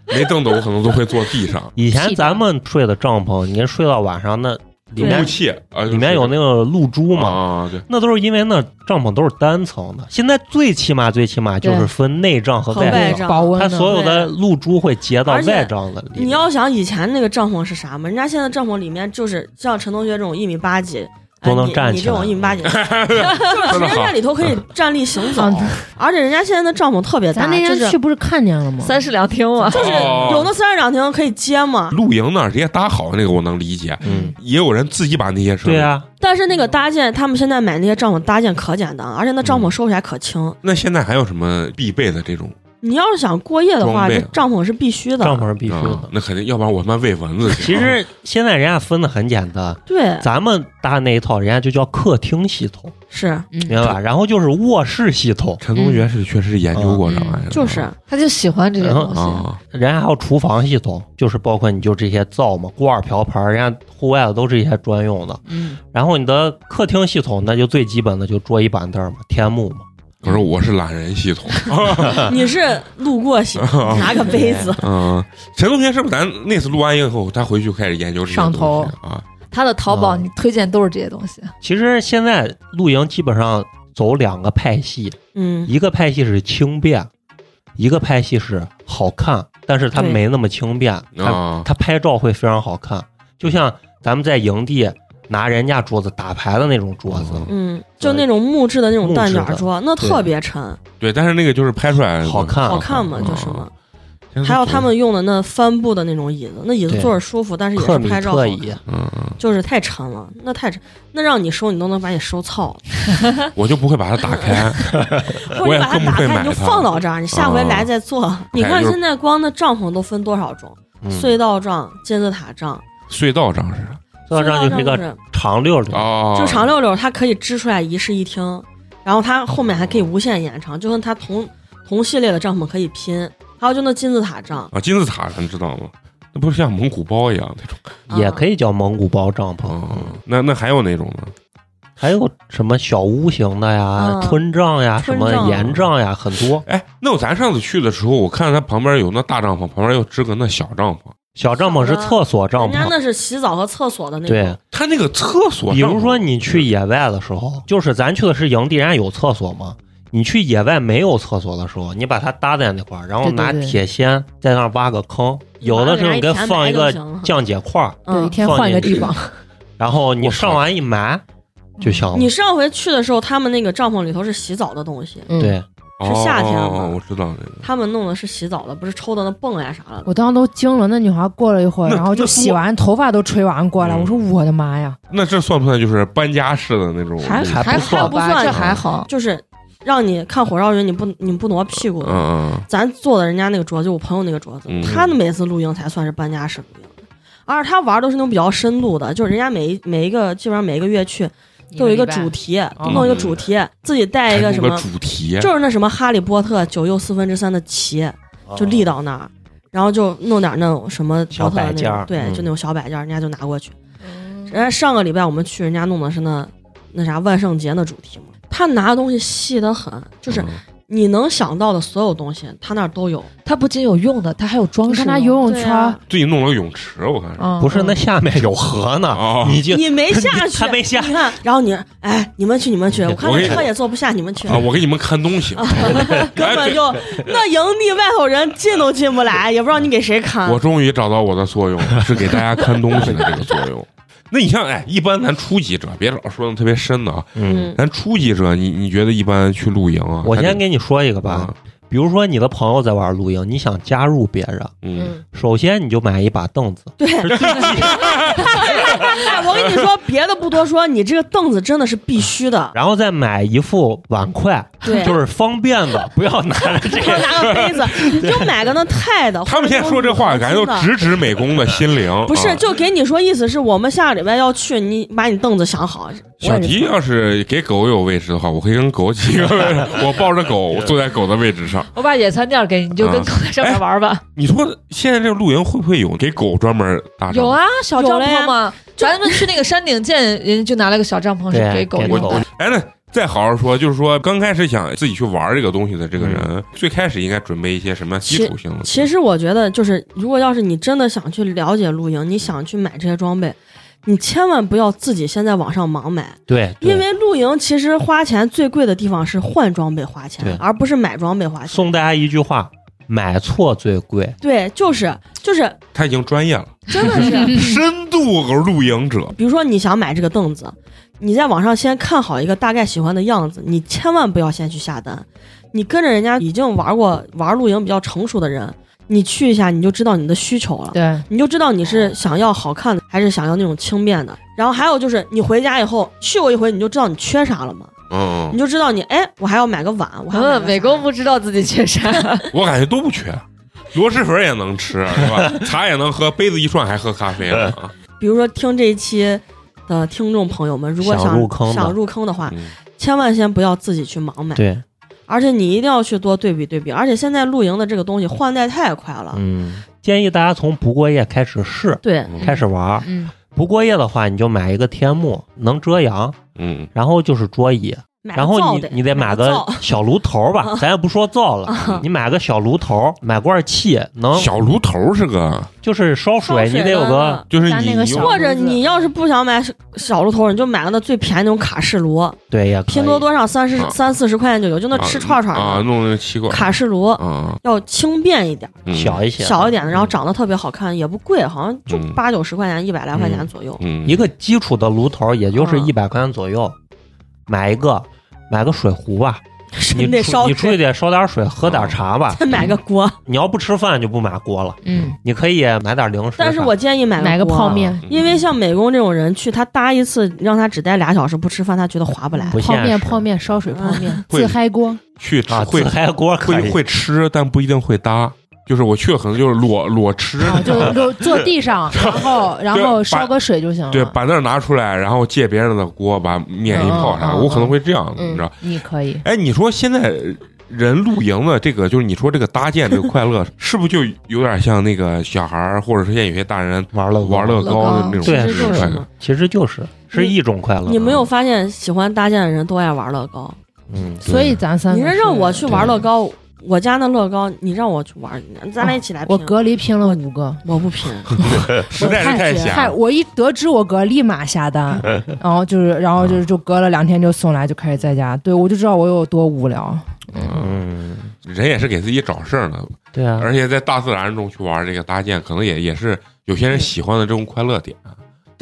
Speaker 4: (laughs)
Speaker 1: 没凳子我可能都会坐地
Speaker 2: (laughs)
Speaker 1: 上。
Speaker 4: 以前咱们睡的帐篷，你睡到晚上那里
Speaker 1: 雾
Speaker 4: 面
Speaker 1: 气啊，
Speaker 4: 里面有那个露珠
Speaker 1: 嘛
Speaker 4: 嘛，
Speaker 1: 啊，对，
Speaker 4: 那都是因为那帐篷都是单层的。现在最起码最起码就是
Speaker 3: 对
Speaker 4: 分内帐和
Speaker 2: 和外
Speaker 4: 外
Speaker 2: 帐
Speaker 3: 保温
Speaker 4: 它
Speaker 3: 的， (laughs)
Speaker 4: 所有的露珠会结到
Speaker 2: 而且
Speaker 4: 外帐的里面。
Speaker 2: 你要想以前那个帐篷是啥嘛，人家现在帐篷里面就是像陈同学这种一米八几。
Speaker 4: 都
Speaker 2: 哎
Speaker 4: 能
Speaker 2: 你
Speaker 4: 站
Speaker 2: 你
Speaker 4: 起
Speaker 2: 这
Speaker 4: 来
Speaker 2: 种一米
Speaker 4: (laughs)
Speaker 2: 八几，就是人家里头可以站立行走
Speaker 3: 嗯，
Speaker 2: 而且人家现在的帐篷特别大，
Speaker 3: 咱那
Speaker 2: 就
Speaker 3: 天
Speaker 2: 是
Speaker 3: 去呃不是看见了吗？
Speaker 5: 三室两厅嘛。
Speaker 2: 就是
Speaker 1: 哦
Speaker 2: 有那三室两厅可以接嘛，
Speaker 1: 露营那儿直接搭好那个我能理解，
Speaker 4: 嗯，
Speaker 1: 也有人自己把那些设备
Speaker 4: 对啊，
Speaker 2: 但是那个搭建，他们现在买那些帐篷搭建可简单，而且那帐篷收起来可轻。
Speaker 1: 那现在还有什么必备的这种
Speaker 2: 你要是想过夜的
Speaker 1: 装
Speaker 2: 话，
Speaker 1: 备
Speaker 2: 这
Speaker 1: 啊
Speaker 2: 帐篷是必须
Speaker 4: 帐
Speaker 2: 的。
Speaker 4: 篷是必须
Speaker 1: 啊
Speaker 4: 的？。
Speaker 1: 那肯定，要不然我他妈喂蚊子去。
Speaker 4: 其实现在人家分的很简单，
Speaker 2: 对，
Speaker 4: 咱们搭那一套，人家就叫客厅系统，
Speaker 2: 是
Speaker 3: 嗯
Speaker 4: 明白吧？然后就是卧室系统，
Speaker 1: (laughs) 陈同学是确实研究过这玩意儿的，
Speaker 2: 嗯就是
Speaker 5: (laughs)
Speaker 4: (laughs)
Speaker 5: 他就喜欢这些东西，
Speaker 1: 啊，
Speaker 4: 人家还有厨房系统，就是包括你就这些灶嘛、锅碗瓢盆，人家户外的都是这些专用的。
Speaker 3: 嗯，
Speaker 4: 然后你的客厅系统，那就最基本的就桌椅板凳嘛、天幕嘛。
Speaker 1: 可是我是懒人
Speaker 2: (laughs)
Speaker 1: 系统。
Speaker 2: 你是路过型，
Speaker 4: (laughs)
Speaker 2: 拿个杯子，
Speaker 1: 嗯，陈同学是不是咱那次录完以后，他回去开始研究这些
Speaker 3: 上头
Speaker 1: 东西啊？
Speaker 5: 他的淘宝
Speaker 4: 啊
Speaker 5: 你推荐都是这些东西，
Speaker 4: 其实现在露营基本上走两个派系，
Speaker 2: 嗯，
Speaker 4: 一个派系是轻便，一个派系是好看，但是它
Speaker 2: 对
Speaker 4: 没那么轻便，它
Speaker 1: 啊，
Speaker 4: 它拍照会非常好看。就像咱们在营地拿人家桌子打牌的那种桌子，
Speaker 2: 嗯，就那种木质的那种蛋
Speaker 4: 木质
Speaker 2: 卷
Speaker 4: 的
Speaker 2: 桌，那
Speaker 4: 对
Speaker 2: 特别沉，
Speaker 1: 对，但是那个就是拍出来啊
Speaker 4: 好，看，
Speaker 2: 好看
Speaker 4: 嗯
Speaker 2: 嘛，就是
Speaker 4: 哦
Speaker 2: 嘛。
Speaker 1: 真是
Speaker 2: 还有他们用的那帆布的那种椅子，那椅子
Speaker 4: 对
Speaker 2: 坐着舒服，但是也
Speaker 4: 克
Speaker 2: 是
Speaker 4: 米
Speaker 2: 拍照好
Speaker 4: 特
Speaker 2: 看
Speaker 4: 椅，
Speaker 1: 嗯，嗯
Speaker 2: 就是太沉了，那太沉，那让你收你都能把你收操了，
Speaker 1: (laughs) 我就不会把它打
Speaker 2: (laughs)
Speaker 1: 开，
Speaker 2: 或者
Speaker 1: 也
Speaker 2: 你把它
Speaker 1: 更不
Speaker 2: 打
Speaker 1: 会
Speaker 2: 开
Speaker 1: 买
Speaker 2: 你就
Speaker 1: 它哦
Speaker 2: 放到这儿，你下回来再做。你看
Speaker 1: 就是
Speaker 2: 现在光那帐篷都分多少种，
Speaker 4: 嗯
Speaker 2: 隧道帐、金字塔帐，
Speaker 1: 隧道上是啥
Speaker 4: 坐上就是一
Speaker 2: 隧
Speaker 4: 个
Speaker 2: 是
Speaker 4: 长溜溜，
Speaker 1: 哦，
Speaker 2: 就长溜溜，它可以支出来一室一厅。然后它后面还可以无限延长，就跟它同同系列的帐篷可以拼。还有就那金字塔帐，
Speaker 1: 啊，金字塔咱知道吗？那不是像蒙古包一样那种
Speaker 4: 也可以叫蒙古包帐篷。
Speaker 2: 哦
Speaker 1: 啊？那那还有哪种呢？
Speaker 4: 还有什么小屋型的呀、
Speaker 2: 嗯
Speaker 4: 春帐呀、什
Speaker 2: 春
Speaker 4: 么
Speaker 2: 帐
Speaker 4: 岩帐呀，很多。
Speaker 1: 哎，那我咱上次去的时候，我看它旁边有那大帐篷，旁边又支个那小帐篷。
Speaker 4: 小帐篷是厕所帐
Speaker 2: 人家
Speaker 4: 篷，
Speaker 2: 那是洗澡和厕所的那
Speaker 4: 对
Speaker 2: 种。。
Speaker 1: 它那个厕所，
Speaker 4: 比如说你去，野外的时候，就是咱去的是营地，人家有厕所嘛。你去野外没有厕所的时候，你把它搭在那块儿，然后
Speaker 3: 对对
Speaker 4: 拿
Speaker 3: 对
Speaker 4: 铁锨在那儿挖个坑，有的时候你给放一个降解块儿，
Speaker 3: 对，一
Speaker 2: 嗯，
Speaker 3: 天
Speaker 4: 放
Speaker 3: 换个
Speaker 4: 进
Speaker 3: 地方，
Speaker 4: 然后你上完一埋就行
Speaker 2: 你
Speaker 4: 了。
Speaker 2: 上回去的时候，他们那个帐篷里头是洗澡的东西，
Speaker 3: 嗯，
Speaker 4: 对，
Speaker 1: 哦
Speaker 2: 是夏天吗
Speaker 1: 我知道那个。
Speaker 2: 他们弄的是洗澡的，不是抽的那泵呀啥的。
Speaker 3: 我当时都惊了，那女孩过了一会儿，
Speaker 1: 那
Speaker 3: 然后就
Speaker 1: 那
Speaker 3: 洗完头发都吹完过来，
Speaker 1: 嗯
Speaker 3: 我说我的妈呀！
Speaker 1: 那这算不算就是搬家式的那种？嗯
Speaker 5: 还还
Speaker 4: 不算
Speaker 5: 好吧，
Speaker 2: 吧
Speaker 5: 这还好。
Speaker 2: 就是让你看火烧云，你不你不挪屁股的，
Speaker 1: 嗯
Speaker 2: 咱坐的人家那个桌子，就我朋友那个桌子，
Speaker 1: 嗯
Speaker 2: 他每次露营才算是搬家式露营，而且他玩都是那种比较深度的，就是人家每一每一个基本上每一个月去都有一个哦主题，都弄一个主题，
Speaker 1: 嗯
Speaker 2: 自己带一
Speaker 1: 还
Speaker 2: 个
Speaker 1: 出
Speaker 2: 什
Speaker 1: 个
Speaker 2: 么，
Speaker 1: 主题，
Speaker 2: 就是那什么哈利波特九又四分之三的旗，
Speaker 4: 哦
Speaker 2: 就立到那儿。然后就弄点那种什么
Speaker 4: 小
Speaker 2: 波特
Speaker 4: 摆
Speaker 2: 的那
Speaker 4: 件
Speaker 2: 种
Speaker 4: 儿
Speaker 2: 对，
Speaker 4: 嗯
Speaker 2: 就那种小摆件儿，人家就拿过去。
Speaker 5: 嗯
Speaker 2: 人家上个礼拜我们去，人家弄的是那那啥万圣节那主题嘛，他拿的东西细得很，就是
Speaker 1: 嗯
Speaker 2: 你能想到的所有东西，他那儿都有。
Speaker 5: 它不仅有用的，它还有装
Speaker 3: 你
Speaker 5: 饰
Speaker 3: 看
Speaker 5: 用
Speaker 3: 她游泳
Speaker 5: 的。
Speaker 2: 对
Speaker 3: 哦圈
Speaker 2: 啊
Speaker 3: 儿，
Speaker 1: 自己弄了个泳池，我看是。
Speaker 5: 嗯
Speaker 4: 哦不是那
Speaker 5: 嗯
Speaker 4: 下面有河呢
Speaker 1: 哦，
Speaker 4: 你就
Speaker 2: 你没下
Speaker 4: (laughs)
Speaker 2: 去，
Speaker 4: 他没下
Speaker 2: 你看，然后你，哎，你们去，你们去，我看
Speaker 1: 我
Speaker 2: 那
Speaker 1: 给你
Speaker 2: 车也坐不下，你们去，
Speaker 1: 啊，
Speaker 4: 哦
Speaker 1: 我给你们看东
Speaker 2: 嗯
Speaker 1: 西。
Speaker 2: (laughs) 根本就那营地外头人进都进不来，也不知道你给谁看
Speaker 1: 我。终于找到我的作用，是给大家看东西的这个作用。那你像哎，一般咱初级者，别老说的特别深的啊，
Speaker 4: 嗯。
Speaker 2: 嗯，
Speaker 1: 咱初级者，你你觉得一般去露营啊？
Speaker 4: 我
Speaker 1: 还得
Speaker 4: 先给你说一个
Speaker 1: 嗯
Speaker 4: 吧，，比如说你的朋友在玩露营，你想加入别人，
Speaker 1: 嗯，
Speaker 4: 首先你就买一把凳子，
Speaker 2: 对，
Speaker 1: (laughs)
Speaker 2: (laughs) 哎，我跟你说，别的不多说，你这个凳子真的是必须的，
Speaker 4: 然后再买一副碗筷，
Speaker 2: 对
Speaker 4: 就是方便的，不要拿着这
Speaker 2: 然后
Speaker 4: 个。
Speaker 1: (laughs)
Speaker 2: 拿个杯子，你就买个那钛的。
Speaker 1: 他们现在说这话，感觉都
Speaker 2: 值。
Speaker 1: 直指美工的心灵。
Speaker 2: 不是，
Speaker 1: 啊
Speaker 2: 就给你说意思是我们下个礼拜要去，你把你凳子想好。
Speaker 1: 小迪要是给狗有位置的话，我可以跟狗几个人，我抱着
Speaker 4: (laughs)
Speaker 1: 狗，我坐在狗的位置上。
Speaker 5: 我把野餐垫儿给你，你就跟
Speaker 1: 嗯
Speaker 5: 狗在上面玩吧。
Speaker 1: 你说现在这个露营会不会有给狗专门搭帐
Speaker 5: 有
Speaker 1: 篷？
Speaker 5: 啊，小帐
Speaker 2: 有了呀
Speaker 5: 篷嘛，咱们去那个山顶见，人家就拿了个小帐篷是
Speaker 4: 对
Speaker 5: 给狗
Speaker 4: 给
Speaker 5: 用
Speaker 4: 狗
Speaker 5: 的。
Speaker 1: 哎，那再好好说，就是说刚开始想自己去玩这个东西的这个
Speaker 4: 嗯
Speaker 1: 人，最开始应该准备一些什么基础性的？
Speaker 2: 其实我觉得，就是如果要是你真的想去了解露营，你想去买这些装备，你千万不要自己先在网上盲买，
Speaker 4: 对，对
Speaker 2: 因为露营其实花钱最贵的地方是换装备花
Speaker 4: 对
Speaker 2: 钱，而不是买装备花钱。
Speaker 4: 送大家一句话：买错最贵。
Speaker 2: 对，就是就是，
Speaker 1: 他已经专业了，
Speaker 2: 真的是，
Speaker 1: 深度露营者。
Speaker 2: 比如说你想买这个凳子，你在网上先看好一个大概喜欢的样子，你千万不要先去下单，你跟着人家已经玩过玩露营比较成熟的人，你去一下你就知道你的需求了。
Speaker 3: 对，
Speaker 2: 你就知道你是想要好看的，还是想要那种轻便的。然后还有就是，你回家以后去过一回，你就知道你缺啥了嘛，
Speaker 1: 嗯
Speaker 2: 你，就知道你哎，我还要买个碗，我还要买
Speaker 5: 嗯，
Speaker 2: 个啥
Speaker 5: 美工不知道自己缺啥，
Speaker 1: 我感觉都不缺，螺蛳粉也能吃，是吧？茶也能喝，杯子一涮还喝咖啡呢。啊
Speaker 2: 比如说听这一期的听众朋友们，如果
Speaker 4: 想
Speaker 2: 想
Speaker 4: 入坑的
Speaker 2: 想入坑的话，
Speaker 1: 嗯
Speaker 2: 千万先不要自己去盲买，
Speaker 4: 对，
Speaker 2: 而且你一定要去多对比对比。而且现在露营的这个东西换代太快了，
Speaker 4: 嗯，建议大家从不过夜开始试，
Speaker 2: 对，
Speaker 4: 开始玩儿。
Speaker 3: 嗯，
Speaker 4: 不过夜的话，你就买一个天幕，能遮阳，
Speaker 1: 嗯，
Speaker 4: 然后就是桌椅，
Speaker 2: 买个
Speaker 4: 然后
Speaker 2: 灶
Speaker 4: 你
Speaker 2: 得
Speaker 4: 你得买个
Speaker 2: 灶嗯
Speaker 4: 小炉头
Speaker 2: (laughs)
Speaker 4: 吧，咱也不说灶了，你买个小炉头，买罐气，能
Speaker 1: 嗯小炉头是个，
Speaker 4: 就是烧
Speaker 2: 烧
Speaker 4: 水，你得有
Speaker 2: 的嗯
Speaker 4: 个。
Speaker 1: 就是
Speaker 3: 咱
Speaker 1: 你
Speaker 3: 那个
Speaker 1: 你用
Speaker 3: 小
Speaker 2: 或者你要是不想买小小炉头，你就买个那最便宜那种卡式炉，
Speaker 4: 对，也可以
Speaker 2: 拼多多上三十
Speaker 1: 啊
Speaker 2: 三四十块钱就有，就那吃串串
Speaker 1: 啊，
Speaker 2: 的
Speaker 1: 弄那个七罐
Speaker 2: 卡式炉，
Speaker 1: 啊，
Speaker 2: 要轻便一点，
Speaker 1: 嗯
Speaker 4: 小一些，
Speaker 2: 小一点的，然后长得特别好看，也不贵，好像就
Speaker 1: 嗯
Speaker 2: 八九十块钱、一百来块钱左右。
Speaker 1: 嗯
Speaker 4: 一个基础的炉头，也就是
Speaker 2: 嗯
Speaker 4: 一百块钱左右，买一个，买个水壶吧。
Speaker 2: (laughs)
Speaker 4: 你
Speaker 2: 得
Speaker 4: 出
Speaker 2: 烧
Speaker 4: 你出去
Speaker 2: 水啊
Speaker 4: 得烧点水，喝点茶
Speaker 2: (laughs)
Speaker 4: 吧。
Speaker 2: 再买个锅，
Speaker 4: 你要不吃饭就不买锅了，
Speaker 3: 嗯，
Speaker 4: 你可以买点零食啥的。
Speaker 2: 但是我建议买
Speaker 3: 买个
Speaker 2: 锅
Speaker 3: 泡面，
Speaker 1: 嗯
Speaker 2: 因为像美工这种人去，他搭一次让他只待俩小时不吃饭，他觉得划不来。
Speaker 4: 不
Speaker 3: 泡
Speaker 4: 现
Speaker 3: 面
Speaker 4: 实
Speaker 3: 泡面烧水泡面，
Speaker 1: 会
Speaker 3: 自嗨锅，
Speaker 1: 去吃
Speaker 4: 啊，
Speaker 1: 会
Speaker 4: 自嗨锅可
Speaker 1: 会
Speaker 4: 以
Speaker 1: 会吃，但不一定会搭。就是我去了可能就是裸裸吃，
Speaker 3: (laughs) 啊，就就坐地上，然后然后烧个水就行了。
Speaker 1: 对，把那儿拿出来，然后借别人的锅把面一泡啥，
Speaker 3: 嗯嗯嗯
Speaker 1: 我可能会这样，你
Speaker 3: 嗯
Speaker 1: 知道？，
Speaker 3: 你可以，
Speaker 1: 哎，你说现在人露营的这个，就是你说这个搭建这个快乐， (laughs) 是不是就有点像那个小孩儿，或者是现在有些大人
Speaker 4: 玩乐
Speaker 1: 玩乐高的那种
Speaker 4: 对
Speaker 1: 那
Speaker 2: 嗯
Speaker 4: 其实
Speaker 1: 种
Speaker 4: 就是
Speaker 1: 快乐？
Speaker 4: 其实就是是一种快乐。啊
Speaker 2: 你没有发现喜欢搭建的人都爱玩乐高？
Speaker 4: 嗯，对
Speaker 3: 所以咱三
Speaker 2: 你
Speaker 3: 个
Speaker 2: 是
Speaker 3: 是
Speaker 2: 让我去玩
Speaker 1: 对
Speaker 2: 乐高，我家那乐高你让我去玩，咱俩一起来拼。
Speaker 3: 我隔离拼了五个，
Speaker 2: 我不 (laughs) 拼，
Speaker 1: 实在是太
Speaker 3: 太
Speaker 1: 闲了。
Speaker 3: 我一得知我哥立马
Speaker 1: (laughs)
Speaker 3: 下单，然后就是然后
Speaker 1: 啊
Speaker 3: 就是就隔了两天就送来，就开始在家，对我就知道我有多无聊。
Speaker 1: 嗯，
Speaker 4: 嗯，
Speaker 1: 人也是给自己找事儿呢，
Speaker 4: 对啊，
Speaker 1: 而且在大自然中去玩这个搭建，可能也也是有些人喜欢的这种快乐点。啊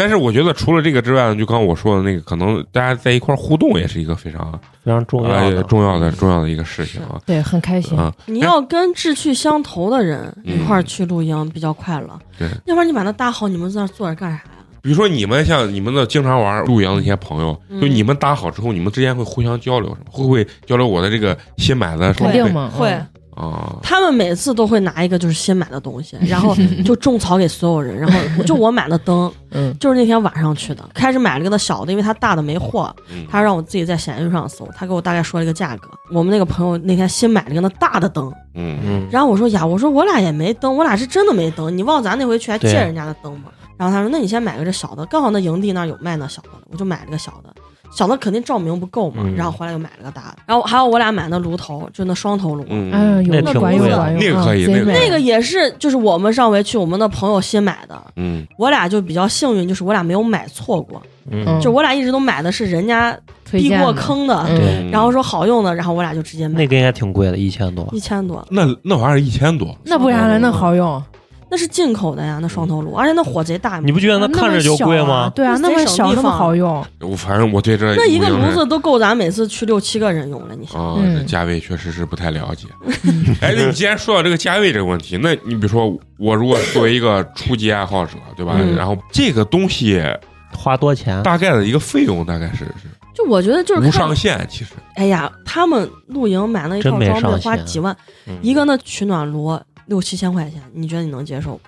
Speaker 1: 但是我觉得除了这个之外呢，就刚刚我说的那个，可能大家在一块儿互动也是一个非常
Speaker 4: 非常重要
Speaker 1: 呃
Speaker 4: 的。
Speaker 1: 重要的重要的一个事情啊。
Speaker 3: 对，很开心。
Speaker 1: 啊，
Speaker 2: 你要跟志趣相投的人
Speaker 1: 嗯
Speaker 2: 一块儿去露营比较快乐。
Speaker 1: 对
Speaker 4: 嗯
Speaker 2: 要不然你把那搭好，你们在那坐着干啥呀？
Speaker 1: 比如说你们像你们的经常玩露营的那些朋友，
Speaker 2: 嗯
Speaker 1: 就你们搭好之后，你们之间会互相交流什么？会不会交流我的这个新买的装
Speaker 3: 肯
Speaker 1: 备
Speaker 3: 定嘛，嗯
Speaker 2: 会，
Speaker 1: 啊？
Speaker 2: 他们每次都会拿一个就是新买的东西，然后就种草给所有人。然后就我买的灯，
Speaker 3: 嗯，
Speaker 2: 就是那天晚上去的，开始买了个的小的，因为它大的没货，
Speaker 1: 嗯
Speaker 2: 他让我自己在闲鱼上搜，他给我大概说了一个价格。我们那个朋友那天新买了一个那大的灯，
Speaker 1: 嗯，
Speaker 4: 嗯，
Speaker 2: 然后我说呀，我说我俩也没灯，我俩是真的没灯。你忘咱那回去还借
Speaker 4: 对啊
Speaker 2: 人家的灯吗？然后他说，那你先买个这小的，刚好那营地那儿有卖那小的，我就买了个小的。小的肯定照明不够嘛，
Speaker 4: 嗯
Speaker 2: 然后回来又买了个大的。然后还有我俩买那炉头，就那双头炉，
Speaker 1: 嗯
Speaker 3: 哎呦，
Speaker 4: 那
Speaker 3: 有
Speaker 4: 挺
Speaker 3: 管
Speaker 4: 贵
Speaker 3: 用
Speaker 4: 的
Speaker 3: 管用，
Speaker 1: 那个可以
Speaker 3: 嗯
Speaker 1: 那个
Speaker 3: 贼美
Speaker 1: 可以
Speaker 2: 那个也是就是我们上回去我们的朋友新买的。
Speaker 1: 嗯
Speaker 2: 我俩就比较幸运，就是我俩没有买错过，
Speaker 4: 嗯，
Speaker 2: 就我俩一直都买的是人家
Speaker 3: 推
Speaker 2: 避
Speaker 3: 荐
Speaker 2: 过
Speaker 3: 的，
Speaker 2: 坑的，
Speaker 3: 嗯，
Speaker 1: 嗯
Speaker 2: 然后说好用的，然后我俩就直接买
Speaker 4: 那啊个应该挺贵的，一千多。
Speaker 2: 一千多，
Speaker 1: 那那玩意儿一千多，
Speaker 3: 那不然了，那好用，
Speaker 2: 那是进口的呀，那双头炉，而且嗯那火贼大，
Speaker 4: 你不觉得
Speaker 3: 那
Speaker 4: 那看着就
Speaker 3: 么小
Speaker 4: 贵
Speaker 3: 啊
Speaker 4: 吗？
Speaker 3: 对啊，
Speaker 2: 那
Speaker 3: 那么
Speaker 2: 贼省
Speaker 3: 小
Speaker 2: 地
Speaker 3: 那么
Speaker 2: 方
Speaker 3: 好用，
Speaker 1: 我反正我对这
Speaker 2: 那一个
Speaker 1: 露营
Speaker 2: 炉
Speaker 1: 人
Speaker 2: 子都够咱每次去六七个人用了。你想，
Speaker 1: 啊，
Speaker 3: 嗯
Speaker 1: 这价位确实是不太了解。 (laughs) 哎，那你既然说到这个价位这个问题，那你比如说我如果作为一个初级爱好者，对吧？
Speaker 2: 嗯
Speaker 1: 然后这个东西
Speaker 4: 花多钱？
Speaker 1: 大概的一个费用大概是是
Speaker 2: 就我觉得就是
Speaker 1: 无
Speaker 2: 看
Speaker 1: 上，限，其实
Speaker 2: 哎呀，他们露营买那一套
Speaker 4: 真没
Speaker 2: 装备
Speaker 4: 上
Speaker 2: 花
Speaker 4: 限
Speaker 2: 几万，
Speaker 4: 嗯
Speaker 2: 一个那取暖炉六七千块钱，你觉得你能接受不？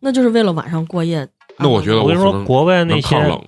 Speaker 2: 那就是为了晚上过夜。
Speaker 1: 那我觉得
Speaker 4: 我跟你
Speaker 1: 可
Speaker 4: 说，
Speaker 1: 能
Speaker 4: 国外那
Speaker 1: 能抗
Speaker 4: 些
Speaker 1: 冷。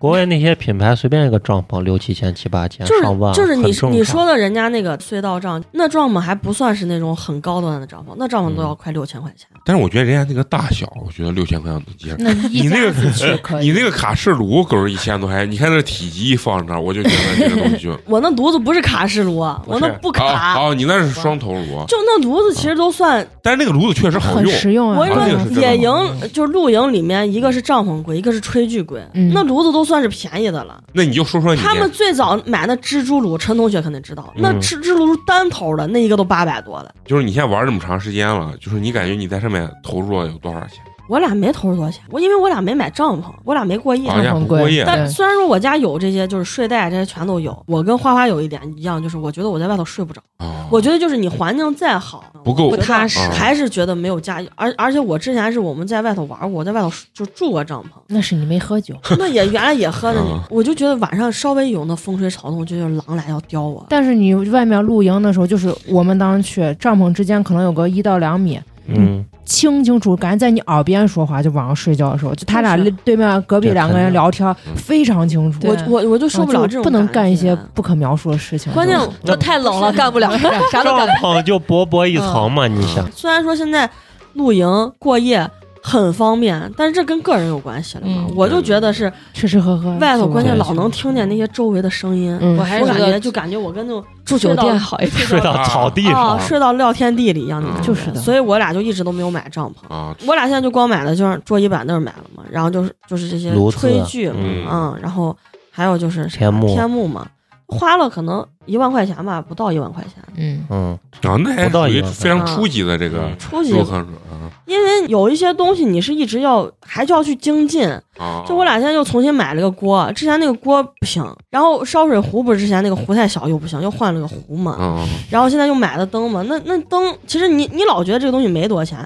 Speaker 4: 国外那些品牌随便一个帐篷六七千、七八千、
Speaker 2: 就是
Speaker 4: 上万，
Speaker 2: 就是你
Speaker 4: 很正
Speaker 2: 你
Speaker 4: 常
Speaker 2: 说的人家那个隧道帐，那帐篷还不算是那种很高端的帐篷，那帐篷都要快六千块钱。
Speaker 1: 但是我觉得人家那个大小，我觉得六千块钱能接受。
Speaker 3: 那一
Speaker 1: 你那
Speaker 3: 家
Speaker 1: 个 (laughs)
Speaker 3: 子去可
Speaker 1: 你
Speaker 3: 以。
Speaker 1: 那个卡式炉可是一千多块钱，你看那体积一放那儿，我就觉得这个东西就
Speaker 2: 我那炉子不是卡式炉， (laughs) 啊我那不卡，
Speaker 1: 哦，哦你那是双头炉，
Speaker 2: 就那炉子其实都算
Speaker 1: 但是那个炉子确实好
Speaker 3: 很
Speaker 1: 用。
Speaker 3: 实用啊！
Speaker 2: 我跟
Speaker 1: 啊这个
Speaker 2: 你
Speaker 1: 是
Speaker 2: 说，
Speaker 1: 真的
Speaker 2: 野
Speaker 1: 好
Speaker 2: 营就是露营里面，一个是帐篷贵，一个是炊具贵，
Speaker 3: 嗯
Speaker 2: 那炉子都算是便宜的了。
Speaker 1: 那你就说说你
Speaker 2: 他们最早买那蜘蛛炉，陈同学肯定知道，那
Speaker 4: 嗯
Speaker 2: 蜘蛛炉是单头的，那一个都八百多的。
Speaker 1: 就是你现在玩这么长时间了，就是你感觉你在上面投入了有多少钱？
Speaker 2: 我俩没投入多少钱，我因为我俩没买帐篷，我俩没过夜。
Speaker 1: 好像不过夜，
Speaker 2: 但
Speaker 3: 对
Speaker 2: 虽然说我家有这些，就是睡袋这些全都有。我跟花花有一点一样，就是我觉得我在外头睡不着。
Speaker 1: 哦
Speaker 2: 我觉得就是你环境再好，
Speaker 1: 不够
Speaker 2: 我觉得
Speaker 5: 不踏实
Speaker 2: 还是觉得没有家。而而且我之前是我们在外头玩过，我在外头就住过帐篷。
Speaker 3: 那是你没喝酒，
Speaker 2: (laughs) 那也原来也喝着
Speaker 1: 嗯
Speaker 2: 呢，我就觉得晚上稍微有那风吹草动，就有狼来要叼我。
Speaker 3: 但是你外面露营的时候，就是我们当时去帐篷之间可能有个一到两米，
Speaker 4: 嗯，
Speaker 3: 清清楚，感觉在你耳边说话，就晚上睡觉的时候，就他俩
Speaker 2: 就是
Speaker 3: 对面隔壁两个人聊天
Speaker 1: 嗯
Speaker 3: 非常清楚，
Speaker 5: 对
Speaker 2: 我我我就
Speaker 3: 我
Speaker 2: 受不了这种，
Speaker 3: 哦不能干一些不可描述的事情。
Speaker 2: 关键
Speaker 3: 就是
Speaker 5: 这太冷了，啊干不了，啥都
Speaker 4: 帐
Speaker 5: 干不了。
Speaker 4: 篷就薄薄一层
Speaker 2: 嗯
Speaker 4: 嘛，你想，
Speaker 2: 虽然说现在露营过夜很方便，但是这跟个人有关系了嘛。
Speaker 5: 嗯
Speaker 2: 我就觉得是
Speaker 3: 吃吃喝喝，
Speaker 2: 外头，关键
Speaker 3: 嗯是吧
Speaker 2: 老能听见那些周围的声音，
Speaker 3: 嗯
Speaker 5: 我还
Speaker 2: 我
Speaker 5: 是觉
Speaker 2: 感觉
Speaker 5: 得
Speaker 2: 就感觉我跟那种
Speaker 5: 住酒店好一点。
Speaker 4: (laughs) 睡到草地
Speaker 2: 嗯啊
Speaker 4: 上，
Speaker 2: 睡到撂天地里一样的感觉，
Speaker 3: 就是的
Speaker 2: 所以我俩就一直都没有买帐篷。
Speaker 1: 啊，
Speaker 2: 我俩现在就光买的就是桌椅板凳买了嘛，然后就是就是这些
Speaker 4: 炉子
Speaker 2: 呃炊具嘛，
Speaker 1: 嗯
Speaker 2: 嗯，然后还有就是啥
Speaker 4: 天幕
Speaker 2: 天幕嘛，花了可能一万块钱吧，不到一万块钱。
Speaker 3: 嗯，
Speaker 4: 嗯，
Speaker 1: 啊，那还
Speaker 4: 不到
Speaker 1: 属
Speaker 4: 一
Speaker 1: 于
Speaker 4: 万
Speaker 1: 非常初级的这个
Speaker 2: 嗯初级
Speaker 1: 入，坑者啊
Speaker 2: 因为有一些东西你是一直要还就要去精进，
Speaker 1: 啊！
Speaker 2: 就我俩现在又重新买了个锅，之前那个锅不行，然后烧水壶不是之前那个壶太小又不行，又换了个壶嘛，
Speaker 1: 嗯，嗯
Speaker 2: 然后现在又买了灯嘛，那那灯其实你你老觉得这个东西没多少钱，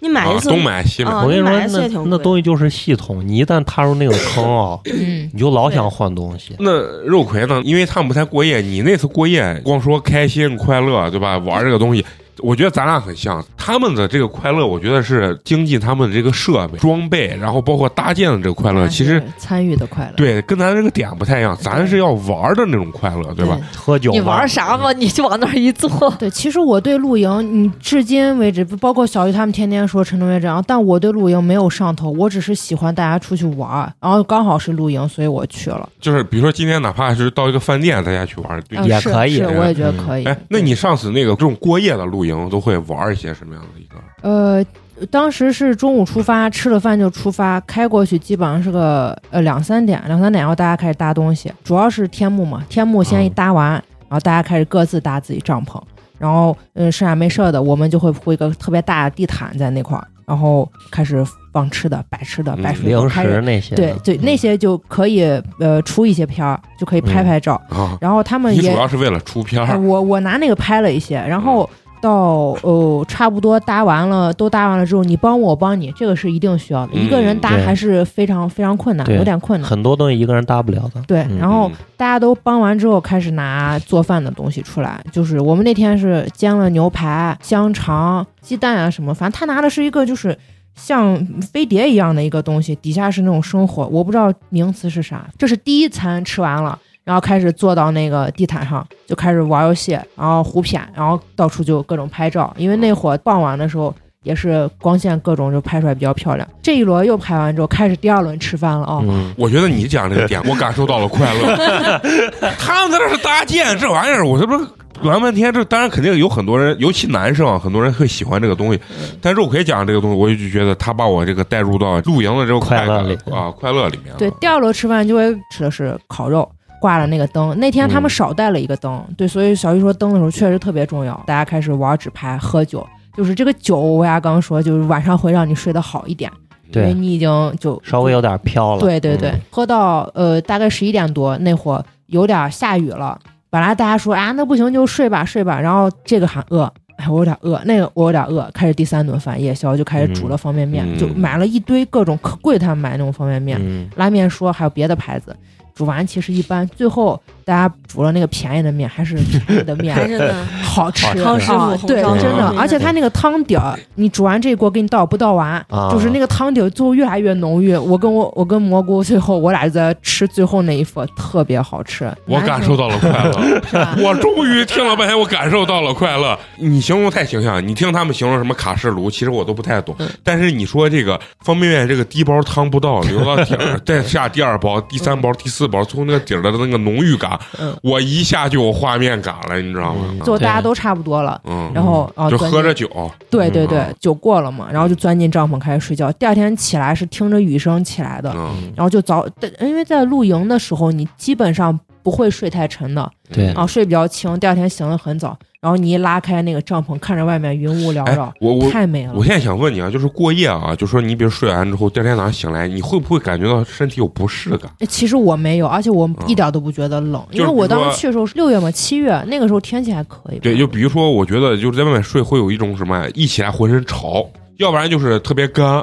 Speaker 2: 你买一
Speaker 1: 啊
Speaker 2: 次
Speaker 1: 东买西买
Speaker 2: 啊
Speaker 4: 我跟你
Speaker 2: 你
Speaker 4: 说
Speaker 2: 买，的也挺
Speaker 4: 那那
Speaker 2: 贵
Speaker 4: 东西就是系统，你一旦踏入那个坑啊，
Speaker 3: 嗯
Speaker 4: 你就老想换东西。
Speaker 1: 那肉葵呢？因为他们不太过夜，你那次过夜，光说开心快乐，对吧？玩这个东西，我觉得咱俩很像，他们的这个快乐，我觉得是经济他们的这个设备、装备，然后包括搭建的这个快
Speaker 2: 嗯
Speaker 1: 乐，嗯其实
Speaker 3: 参与的快乐，
Speaker 1: 对，跟咱这个点不太一样，咱是要玩的那种快乐，对吧？
Speaker 4: 喝酒
Speaker 5: 你
Speaker 4: 嘛
Speaker 5: 玩啥嘛？你就往那儿一坐，
Speaker 3: 对，其实我对露营，你至今为止，包括小鱼他们天天说陈同学这样，但我对露营没有上头，我只是喜欢大家出去玩儿，然后刚好是露营，所以我去了。
Speaker 1: 就是比如说今天哪怕是到一个饭店，大家去玩，对
Speaker 3: 嗯
Speaker 1: 你。
Speaker 2: 啊
Speaker 4: 也
Speaker 3: 是
Speaker 4: 可以
Speaker 3: 是，我也觉得
Speaker 4: 嗯
Speaker 3: 可以。
Speaker 1: 哎，那你上次那个这种过夜的露营，都会玩一些什么样的一个？
Speaker 3: 呃，当时是中午出发，吃了饭就出发，开过去基本上是个呃两三点，两三点然后大家开始搭东西，主要是天幕嘛，天幕先一搭完，然后大家开始各自搭自己帐篷，然后嗯剩下没事儿的，我们就会铺一个特别大的地毯在那块儿，然后开始放吃的、摆吃的、
Speaker 1: 嗯
Speaker 3: 摆水果，
Speaker 4: 零
Speaker 3: 开始
Speaker 4: 食那些的，嗯
Speaker 3: 对对那些就可以呃出一些片儿，就可以拍
Speaker 4: 嗯
Speaker 3: 拍照，
Speaker 1: 啊，
Speaker 3: 然后他们
Speaker 1: 你主
Speaker 3: 也
Speaker 1: 要是为了出片
Speaker 4: 啊
Speaker 3: 呃
Speaker 1: 儿，
Speaker 3: 我我拿那个拍了一些，然后
Speaker 4: 嗯
Speaker 3: 到呃差不多搭完了，都搭完了之后，你帮我，我帮你，这个是一定需要的。
Speaker 1: 嗯
Speaker 3: 一个人搭
Speaker 4: 对
Speaker 3: 还是非常非常困难，
Speaker 4: 对
Speaker 3: 有点困难。
Speaker 4: 很多东西一个人搭不了的。
Speaker 3: 对，
Speaker 4: 嗯
Speaker 3: 然后大家都帮完之后，开始拿做饭的东西出来。就是我们那天是煎了牛排、香肠、鸡蛋啊什么，反正他拿的是一个就是像飞碟一样的一个东西，底下是那种生火，我不知道名词是啥。 (laughs) 这是第一餐吃完了，然后开始坐到那个地毯上，就开始玩游戏，然后胡谝，然后到处就各种拍照，因为那会儿傍晚的时候。也是光线各种就拍出来比较漂亮。这一轮又拍完之后，开始第二轮吃饭了啊、
Speaker 4: 嗯，
Speaker 1: 我觉得你讲这个点，我感受到了快乐。
Speaker 3: (laughs)
Speaker 1: 他们在那是搭建这玩意儿，我这不是玩半天，这当然肯定有很多人，尤其男生啊，很多人会喜欢这个东西。
Speaker 3: 嗯
Speaker 1: 但是我可以讲这个东西，我就觉得他把我这个带入到露营的这个感
Speaker 4: 快乐里
Speaker 1: 啊，快乐里面
Speaker 4: 嗯
Speaker 1: 了。
Speaker 3: 对，第二轮吃饭就会吃的是烤肉，挂了那个灯。那天他
Speaker 4: 嗯
Speaker 3: 们少带了一个灯，对，所以小玉说灯的时候确实特别重要。大家开始玩纸牌、喝酒，就是这个酒，我为啥刚刚说，就是晚上会让你睡得好一点，因为
Speaker 4: 对，
Speaker 3: 你已经就
Speaker 4: 稍微有点飘了。
Speaker 3: 对对对，
Speaker 4: 嗯
Speaker 3: 喝到呃大概十一点多那会儿有点下雨了，本来大家说啊那不行就睡吧睡吧，然后这个喊饿。哎，我有点饿，那个我有点饿，开始第三顿饭夜宵就开始煮了方便面，
Speaker 1: 嗯
Speaker 3: 就买了一堆各种可贵，他们买那种方便面，
Speaker 4: 嗯，
Speaker 3: 拉面说还有别的牌子，煮完其实一般，最后大家煮了那个便宜的面，还是便宜的
Speaker 2: 还
Speaker 3: 面 (laughs)
Speaker 2: 是呢，
Speaker 3: 好吃
Speaker 4: 好吃
Speaker 3: 啊
Speaker 2: 康师傅
Speaker 3: 对，
Speaker 2: 红烧
Speaker 3: 真的
Speaker 2: 面，
Speaker 3: 而且它那个汤底儿，你煮完这一锅给你倒不倒完，
Speaker 4: 啊
Speaker 3: 就是那个汤底儿最后越来越浓郁。我跟我我跟蘑菇最后我俩就在吃最后那一份，特别好吃。
Speaker 1: 我感受到了快乐，
Speaker 3: 到，
Speaker 1: (laughs) 我终于听了半天，我感受到了快乐。你形容太形象，你听他们形容什么卡式炉，其实我都不太
Speaker 3: 嗯
Speaker 1: 懂。但是你说这个方便面，这个第一包汤不到，流到底
Speaker 3: (laughs)
Speaker 1: 儿，再下第二包、第三包、第四包，从那个底儿的那个浓郁感
Speaker 3: 嗯，
Speaker 1: 我一下就有画面感了，你知道吗
Speaker 4: 嗯？
Speaker 3: 最后
Speaker 4: 对
Speaker 3: 大家都差不多了。
Speaker 1: 嗯，
Speaker 3: 然后啊，
Speaker 1: 就
Speaker 3: 钻
Speaker 1: 喝
Speaker 3: 进
Speaker 1: 着酒，
Speaker 3: 对对对
Speaker 1: 嗯，
Speaker 3: 酒过了嘛，然后就钻进帐篷开始睡觉。第二天起来是听着雨声起来的，
Speaker 1: 嗯，
Speaker 3: 然后就早，但因为在露营的时候，你基本上不会睡太沉的，
Speaker 4: 对
Speaker 1: 嗯
Speaker 3: 啊，睡比较轻，第二天醒得很早，然后你一拉开那个帐篷，看着外面云雾缭
Speaker 1: 哎
Speaker 3: 绕，，
Speaker 1: 我我
Speaker 3: 太美了
Speaker 1: 我。现在想问你啊，就是过夜啊，就说你比如睡完之后，第二天早上醒来，你会不会感觉到身体有不适感？
Speaker 3: 哎其实我没有，而且我
Speaker 1: 嗯
Speaker 3: 一点都不觉得冷，
Speaker 1: 就是
Speaker 3: 因为
Speaker 1: 比如
Speaker 3: 我当
Speaker 1: 说
Speaker 3: 时去的时候是六月嘛，七月那个时候天气还可以吧。
Speaker 1: 对，就比如说，我觉得就是在外面睡会有一种什么呀，一起来浑身潮，要不然就是特别干，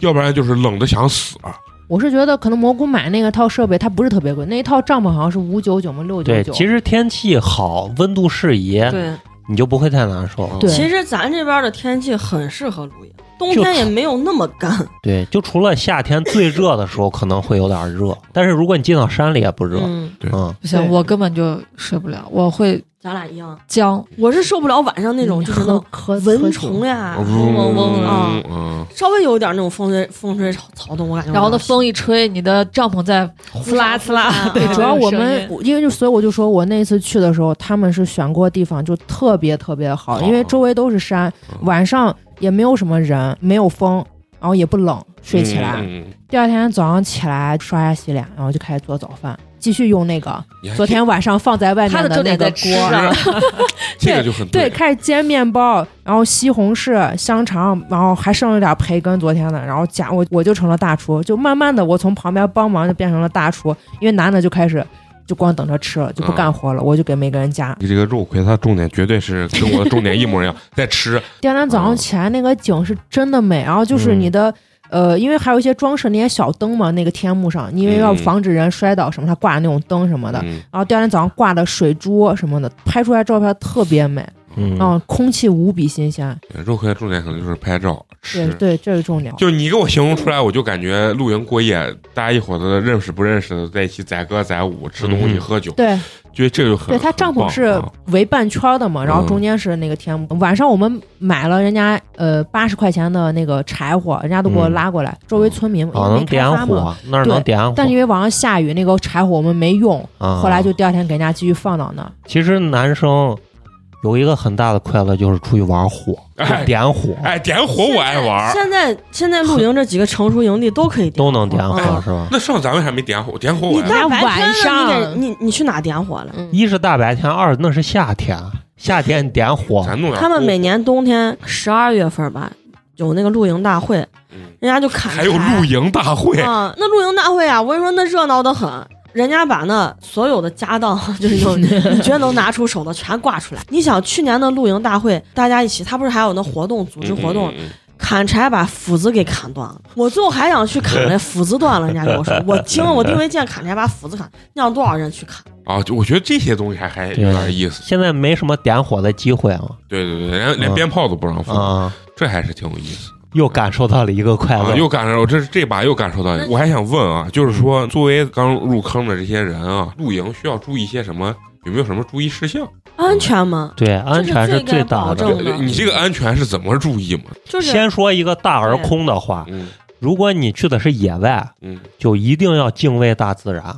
Speaker 1: 要不然就是冷的想死。
Speaker 3: 我是觉得可能蘑菇买那个套设备，它不是特别贵，那一套帐篷好像是五九九嘛，六九
Speaker 4: 对，
Speaker 3: 九。
Speaker 4: 其实天气好，温度适宜，
Speaker 2: 对，
Speaker 4: 你就不会太难受。
Speaker 3: 对
Speaker 2: 其实咱这边的天气很适合露营，冬
Speaker 4: 就
Speaker 2: 天也没有那么干。
Speaker 4: 对，就除了夏天最热的时候可能会有点热，但是如果你进到山里也不热。
Speaker 2: 嗯，
Speaker 1: 对
Speaker 4: 嗯，
Speaker 5: 不行，
Speaker 3: 对
Speaker 5: 我根本就睡不了，我会
Speaker 2: 咱俩一样，
Speaker 5: 僵。
Speaker 2: 我是受不了晚上那
Speaker 5: 嗯
Speaker 2: 种就是那
Speaker 3: 喝
Speaker 5: (laughs)
Speaker 3: 喝
Speaker 2: 种蚊虫呀，嗡嗡嗡啊，
Speaker 1: 嗯，
Speaker 2: 稍微有一点那种风吹风吹草草动，我感觉。
Speaker 5: 然后那风一吹，你的帐篷在呲啦呲啦。
Speaker 2: 对
Speaker 5: 这
Speaker 3: 主
Speaker 5: 种
Speaker 3: 要我
Speaker 5: 嗯声
Speaker 3: 们
Speaker 5: 音，
Speaker 3: 我因为就所以我就说我那次去的时候，他们是选过地方就特别特别好，
Speaker 1: 好
Speaker 3: 因为周围都是山，
Speaker 1: 哦嗯
Speaker 3: 晚上也没有什么人，没有风，然后也不冷，睡起来。
Speaker 1: 嗯嗯
Speaker 3: 第二天早上起来刷牙洗脸，然后就开始做早饭，继续用那个
Speaker 1: 你还啊
Speaker 3: 昨天晚上放在外
Speaker 5: 他
Speaker 3: 面
Speaker 5: 的重
Speaker 3: 那
Speaker 5: 点
Speaker 3: 个
Speaker 5: 在
Speaker 3: 锅
Speaker 5: 吃，啊上，
Speaker 1: (laughs) 这个就很
Speaker 3: 对，开始煎面包，然后西红柿、香肠，然后还剩了点培根，昨天的，然后加我我就成了大厨，就慢慢的我从旁边帮忙就变成了大厨，因为男的就开始就光等着吃了，就不干活了，我就给每个人加。
Speaker 1: 你这个肉葵，它重点绝对是跟我的重点一模一
Speaker 3: (laughs)
Speaker 1: 样，在吃。
Speaker 3: 第二天早上起来那个景是真的美，然后就是你的。呃，因为还有一些装饰，那些小灯嘛，那个天幕上，因为要
Speaker 1: 嗯
Speaker 3: 防止人摔倒什么，它挂那种灯什么的。
Speaker 1: 嗯
Speaker 3: 然后第二天早上挂的水珠什么的，拍出来照片特别美。
Speaker 4: 嗯
Speaker 3: 嗯，空气无比新鲜。
Speaker 1: 肉科的重点可能就是拍照
Speaker 3: 对
Speaker 1: 吃。
Speaker 3: 对，这是重点。
Speaker 1: 就你给我形容出来，我就感觉露营过夜，大家一伙子认识不认识的在一起载歌载舞、吃东西、
Speaker 4: 嗯
Speaker 1: 喝酒，
Speaker 3: 对
Speaker 1: 觉得这就很
Speaker 3: 对，它帐篷
Speaker 1: 很
Speaker 3: 是
Speaker 1: 棒啊
Speaker 3: 围半圈的嘛，然后
Speaker 1: 嗯
Speaker 3: 中间是那个天幕。晚上我们买了人家呃八十块钱的那个柴火，人家都给我
Speaker 4: 嗯
Speaker 3: 拉过来，周围村民
Speaker 4: 啊，
Speaker 3: 因为没
Speaker 4: 能
Speaker 3: 开
Speaker 4: 点
Speaker 3: 发嘛。
Speaker 4: 火，那儿能
Speaker 3: 对
Speaker 4: 点火。
Speaker 3: 但因为晚上下雨，那个柴火我们没用，
Speaker 4: 啊，
Speaker 3: 后来就第二天给人家继续放到那儿。
Speaker 4: 其实男生有一个很大的快乐就是出去玩火，
Speaker 1: 哎
Speaker 4: 点火
Speaker 1: 哎，点火我爱玩。
Speaker 2: 现在现在露营这几个成熟营地都可以点，
Speaker 4: 都能点火
Speaker 2: 嗯
Speaker 4: 是吧？
Speaker 1: 那上次咱们还没点火，点火我
Speaker 2: 你
Speaker 5: 嗯
Speaker 1: 爱玩。
Speaker 2: 大白天
Speaker 3: 晚
Speaker 2: 的
Speaker 3: 上
Speaker 2: 你给你你去哪点火了？
Speaker 4: 一是大白天，二那是夏天，夏天点火
Speaker 1: 咱弄点
Speaker 2: 他们
Speaker 1: 篝
Speaker 2: 每年冬天十二月份吧，有那个露营大会，
Speaker 1: 嗯
Speaker 2: 人家就砍
Speaker 1: 还有
Speaker 2: 柴
Speaker 1: 露营大会，
Speaker 2: 啊，那露营大会啊，我跟你说那热闹的很。人家把那所有的家当， (laughs) 就是
Speaker 4: (laughs)
Speaker 2: 有你觉得能拿出手的全挂出来。你想去年的露营大会，大家一起，他不是还有那活动组织活动，
Speaker 1: 嗯，嗯嗯
Speaker 2: 砍柴把斧子给砍断了。我最后还想去砍
Speaker 4: (laughs)
Speaker 2: 那斧子断了，人家跟我说，我听我因为见砍柴把斧子砍，那让多少人去砍？
Speaker 1: 嗯啊，就我觉得这些东西还还有
Speaker 4: 对
Speaker 1: 点意思。
Speaker 4: 现在没什么点火的机会啊
Speaker 1: 对对对，连连
Speaker 4: 嗯
Speaker 1: 鞭炮都不让放，
Speaker 4: 啊！
Speaker 1: 这还是挺有意思。
Speaker 4: 又感受到了一个嗯快
Speaker 1: 啊，
Speaker 4: 乐，
Speaker 1: 又感受这这把又感受到一个，我还想问啊，就是说，作为刚入坑的这些人啊，露营需要注意些什么？有没有什么注意事项？呃
Speaker 2: 安全吗？
Speaker 4: 对安全是最大
Speaker 2: 这是最该
Speaker 3: 啊
Speaker 4: 的。
Speaker 2: 保证的
Speaker 1: 你这个安全是怎么注意嘛？
Speaker 2: 就是
Speaker 4: 先说一个大而空的话，
Speaker 1: 嗯
Speaker 4: 如果你去的是野外，
Speaker 1: 嗯
Speaker 4: 就一定要敬畏大自然，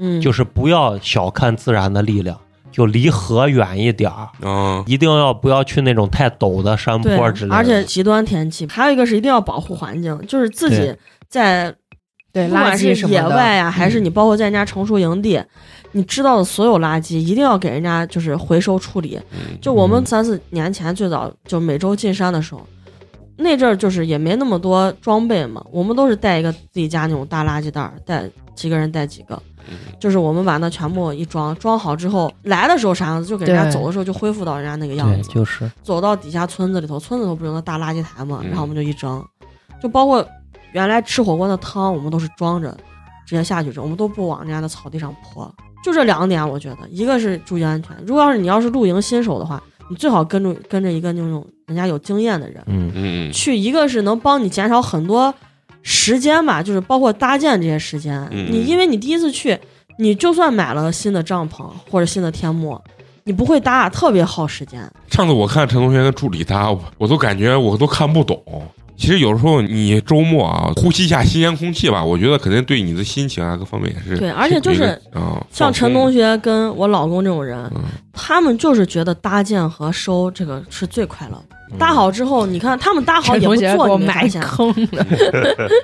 Speaker 2: 嗯，
Speaker 4: 就是不要小看自然的力量，就离河远一点儿，
Speaker 1: 啊，
Speaker 4: 一定要不要去那种太陡的山
Speaker 2: 对
Speaker 4: 坡之，类的。
Speaker 2: 而且极端天气，还有一个是一定要保护环境，就是自己
Speaker 4: 对
Speaker 2: 在
Speaker 3: 对，
Speaker 2: 不
Speaker 3: 垃
Speaker 2: 管
Speaker 3: 圾
Speaker 2: 是
Speaker 3: 什么
Speaker 2: 野
Speaker 3: 的嗯
Speaker 2: 外呀、还是你包括在人家成熟营地，你知道的所有垃圾一定要给人家就是回收处理。
Speaker 1: 嗯
Speaker 2: 就我们
Speaker 4: 嗯
Speaker 2: 三四年前最早就每周进山的时候，那阵儿就是也没那么多装备嘛，我们都是带一个自己家那种大垃圾袋儿，带几个人带几个，
Speaker 1: 嗯
Speaker 2: 就是我们把那全部一装，装好之后来的时候啥样子，就给人家
Speaker 3: 对
Speaker 2: 走的时候就恢复到人家那个样
Speaker 4: 对，
Speaker 2: 子。
Speaker 4: 就是
Speaker 2: 走到底下村子里头，村子头不是有那大垃圾台嘛，
Speaker 1: 嗯
Speaker 2: 然后我们就一蒸，就包括原来吃火锅的汤，我们都是装着直接下去蒸，我们都不往人家的草地上泼。就这两点，我觉得一个是注意安全，如果要是你要是露营新手的话，你最好跟着跟着一个那种人家有经验的人
Speaker 4: 嗯，
Speaker 1: 嗯嗯
Speaker 2: 去，一个是能帮你减少很多时间吧，就是包括搭建这些时间。
Speaker 1: 嗯
Speaker 2: 你因为你第一次去，你就算买了新的帐篷或者新的天幕，你不会搭，特别耗时间。
Speaker 1: 上次我看陈同学跟助理搭，我我都感觉我都看不懂。其实有时候你周末啊，呼吸一下新鲜空气吧，我觉得肯定对你的心情啊各方面也是
Speaker 2: 对而且就是
Speaker 1: 有一个啊，
Speaker 2: 像陈同
Speaker 1: 学，
Speaker 2: 学跟我老公这种人，
Speaker 1: 嗯
Speaker 2: 他们就是觉得搭建和收这个是最快乐的。
Speaker 4: 嗯
Speaker 2: 搭好之后，你看他们搭好
Speaker 3: 陈
Speaker 2: 也
Speaker 3: 同
Speaker 2: 不
Speaker 3: 学给
Speaker 2: 做，
Speaker 3: 我
Speaker 2: 你没
Speaker 3: 埋
Speaker 2: 发现？
Speaker 3: 坑了，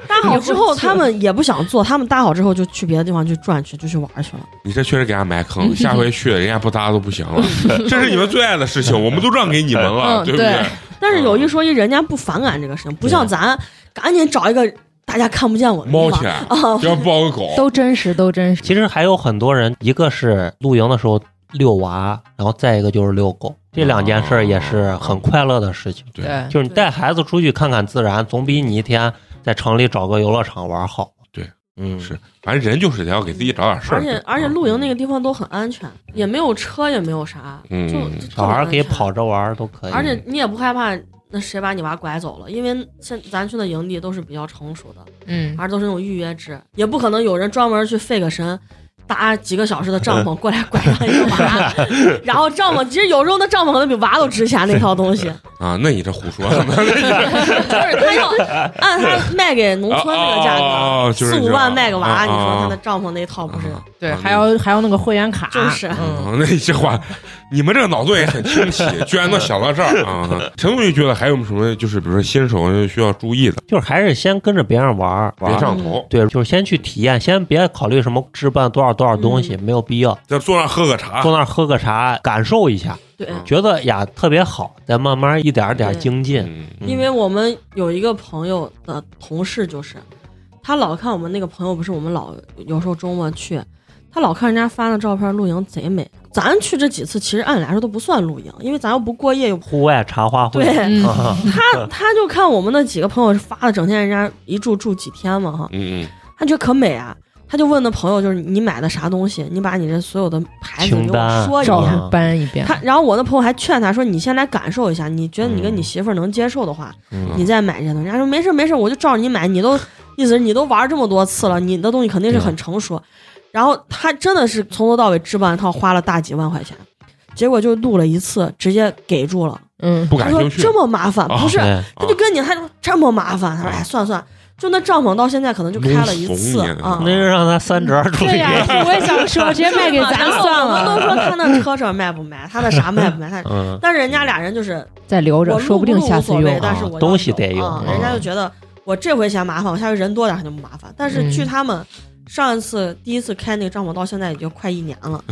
Speaker 2: 搭好之
Speaker 3: 以后
Speaker 2: 后，
Speaker 3: 去
Speaker 2: 他们也不想
Speaker 3: (laughs)
Speaker 2: 做，他们搭好之后就去别的地方去转去，就去玩去了。
Speaker 1: 你这确实给他埋坑，下回去人家不搭都不
Speaker 2: (laughs)
Speaker 1: 行了。这是你们最爱的事情，我们都让给你们了，
Speaker 3: 嗯
Speaker 1: 不对？
Speaker 3: 对
Speaker 2: 但是有一说一，人家不反感这个事
Speaker 4: 啊
Speaker 2: 情，不像咱，赶紧找一个大家看不见我的
Speaker 1: 猫
Speaker 2: 地
Speaker 1: 起
Speaker 2: (laughs) 方。哦
Speaker 1: 来，要抱个狗，
Speaker 3: 都真实，都真实。
Speaker 4: 其实还有很多人，一个是露营的时候遛娃，然后再一个就是遛狗，这两件事儿也是很快乐的事情。
Speaker 1: 对
Speaker 2: 哦
Speaker 3: 对
Speaker 4: 就是你带孩子出去看看自然，总比你一天在城里找个游乐场玩好。
Speaker 1: 对，
Speaker 4: 嗯，
Speaker 1: 是反正人就是得要给自己找点事儿。
Speaker 2: 而且而且露营那个地方都很安全，也没有车，也没有啥，
Speaker 1: 嗯
Speaker 2: 就就特别
Speaker 4: 小孩儿可以
Speaker 2: 安全
Speaker 4: 跑着玩儿都可以。
Speaker 2: 而且你也不害怕那谁把你娃拐走了，因为现咱去的营地都是比较成熟的，
Speaker 3: 嗯，
Speaker 2: 而都是那种预约制，也不可能有人专门去费个神。搭几个小时的帐篷过来拐上一个
Speaker 1: (laughs)
Speaker 2: 娃，然后帐篷其实有时候那帐篷可能比娃都值钱那套
Speaker 1: (laughs)
Speaker 2: 东西，
Speaker 1: 啊，那你这胡说，
Speaker 2: (laughs) 就是他要按他卖给农村那个价
Speaker 1: 哦哦哦哦
Speaker 2: 格，
Speaker 1: 就是
Speaker 2: 四五万
Speaker 1: 这样
Speaker 2: 卖个
Speaker 1: 啊啊
Speaker 2: 娃，你说
Speaker 1: 啊
Speaker 2: 他的帐篷那套不是？
Speaker 1: 啊
Speaker 3: 对，
Speaker 1: 啊
Speaker 3: 还要还要那个会员卡，
Speaker 2: 就是
Speaker 3: 嗯，
Speaker 1: 啊，那你这话，你们这个脑洞也很清晰，居然能想到这儿
Speaker 2: (laughs)
Speaker 1: 啊！陈同学觉得还有什么，就是比如说新手需要注意的，
Speaker 4: 就是还是先跟着别人玩儿，
Speaker 1: 别
Speaker 4: 玩儿。
Speaker 1: 上头，
Speaker 4: 对，就是先去体验，先别考虑什么置办多少多
Speaker 2: 嗯
Speaker 4: 少东西，没有必要。
Speaker 1: 在坐那儿喝个茶
Speaker 4: 坐，那儿喝个茶，感受一下，
Speaker 2: 对，
Speaker 1: 啊
Speaker 4: 觉得呀特别好，再慢慢一点儿点儿
Speaker 2: 对
Speaker 4: 精进。
Speaker 1: 嗯
Speaker 4: 嗯
Speaker 2: 因为我们有一个朋友的同事，就是他老看我们那个朋友，不是我们老有时候周末去，他老看人家发的照片，露营贼美。咱去这几次，其实按理来说都不算露营，因为咱又不过夜，又不
Speaker 4: 户外茶话会，
Speaker 2: 对。
Speaker 4: (laughs)
Speaker 3: 嗯
Speaker 4: 啊
Speaker 2: 他他就看我们那几个朋友发的，整天人家一住住几天嘛哈，
Speaker 1: 嗯
Speaker 2: 他觉得可美啊。他就问那朋友，就是你买的啥东西？你把你这所有的牌子
Speaker 4: 清
Speaker 2: 给我
Speaker 4: 单
Speaker 2: 说一
Speaker 3: 照
Speaker 4: 照
Speaker 2: 遍。
Speaker 4: 片
Speaker 3: 着搬一遍。
Speaker 2: 他，然后我那朋友还劝他说：“你先来感受一下，你觉得你跟你媳妇儿能接受的话，
Speaker 4: 嗯
Speaker 2: 你再买这些东西。”人家说：“没事没事，我就照着你买。你都意思是你都玩这么多次了，你的东西肯定是很成熟。”然后他真的是从头到尾置办一套，花了大几万块钱，结果就录了一次，直接给住了。
Speaker 1: (laughs)
Speaker 3: 嗯，
Speaker 1: 不
Speaker 2: 他
Speaker 1: 感
Speaker 2: 说
Speaker 1: 兴：“趣
Speaker 2: 这。么麻烦，
Speaker 1: 啊
Speaker 2: 不是？”
Speaker 4: 对
Speaker 2: 他就跟你他说这么麻烦，他说：“哎，算算，就那帐篷到现在可能就开了一次
Speaker 1: 哦弄怂你
Speaker 2: 啊。”
Speaker 4: 那就让他三折出
Speaker 3: 对
Speaker 2: (laughs)
Speaker 4: 去。
Speaker 3: 呀，我也想说，直接卖给咱算
Speaker 2: 然后我
Speaker 3: 了，
Speaker 2: 们都说他那车这卖不卖，他那啥卖不卖，
Speaker 1: (laughs)
Speaker 2: 他
Speaker 4: 嗯，
Speaker 2: 但是人家俩人就是
Speaker 3: 再留着，
Speaker 2: 我
Speaker 3: 说不
Speaker 2: 录不
Speaker 3: 定
Speaker 2: 录
Speaker 3: 下
Speaker 2: 无
Speaker 3: 次
Speaker 2: 所谓
Speaker 3: 用，。
Speaker 2: 但是
Speaker 4: 啊
Speaker 2: 我要
Speaker 4: 东西得用
Speaker 2: 啊
Speaker 4: 嗯
Speaker 2: 人家就觉得我这回嫌麻烦，我下回人多点儿他就不麻烦。但是
Speaker 3: 嗯
Speaker 2: 据他们上一次第一次开那个帐篷到现在已经快一年了，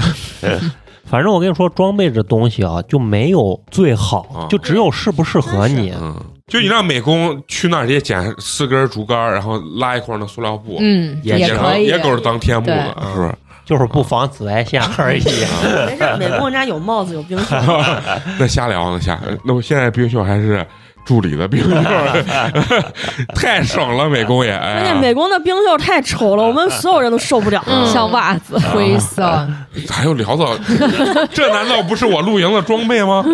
Speaker 4: 反正我跟你说，装备这东西啊，就没有最好
Speaker 1: 啊，
Speaker 4: 就只有适不适合你。
Speaker 1: 嗯，就你让美工去那儿直接捡四根竹竿儿，然后拉一块儿那塑料布，
Speaker 3: 嗯，
Speaker 4: 也
Speaker 3: 也
Speaker 1: 也
Speaker 3: 可
Speaker 1: 能
Speaker 3: 以
Speaker 1: 也。够当天幕了，
Speaker 3: 对
Speaker 1: 是不是？
Speaker 4: 就是不防紫外线而已。
Speaker 2: 没事，美国人家有帽子有冰袖，
Speaker 1: 那瞎聊呢，瞎。
Speaker 2: 嗯
Speaker 1: 那我现在冰袖还是助理的冰袖，
Speaker 2: (laughs)
Speaker 1: (laughs) 太省了，美工也。哎
Speaker 2: 关
Speaker 1: 呀
Speaker 2: 键美国的冰袖太丑了，我们所有人都受不了。
Speaker 3: 嗯
Speaker 5: 像袜子，
Speaker 3: 灰色，
Speaker 5: 啊
Speaker 1: 咋又聊到这？难道不是我露营的装备吗？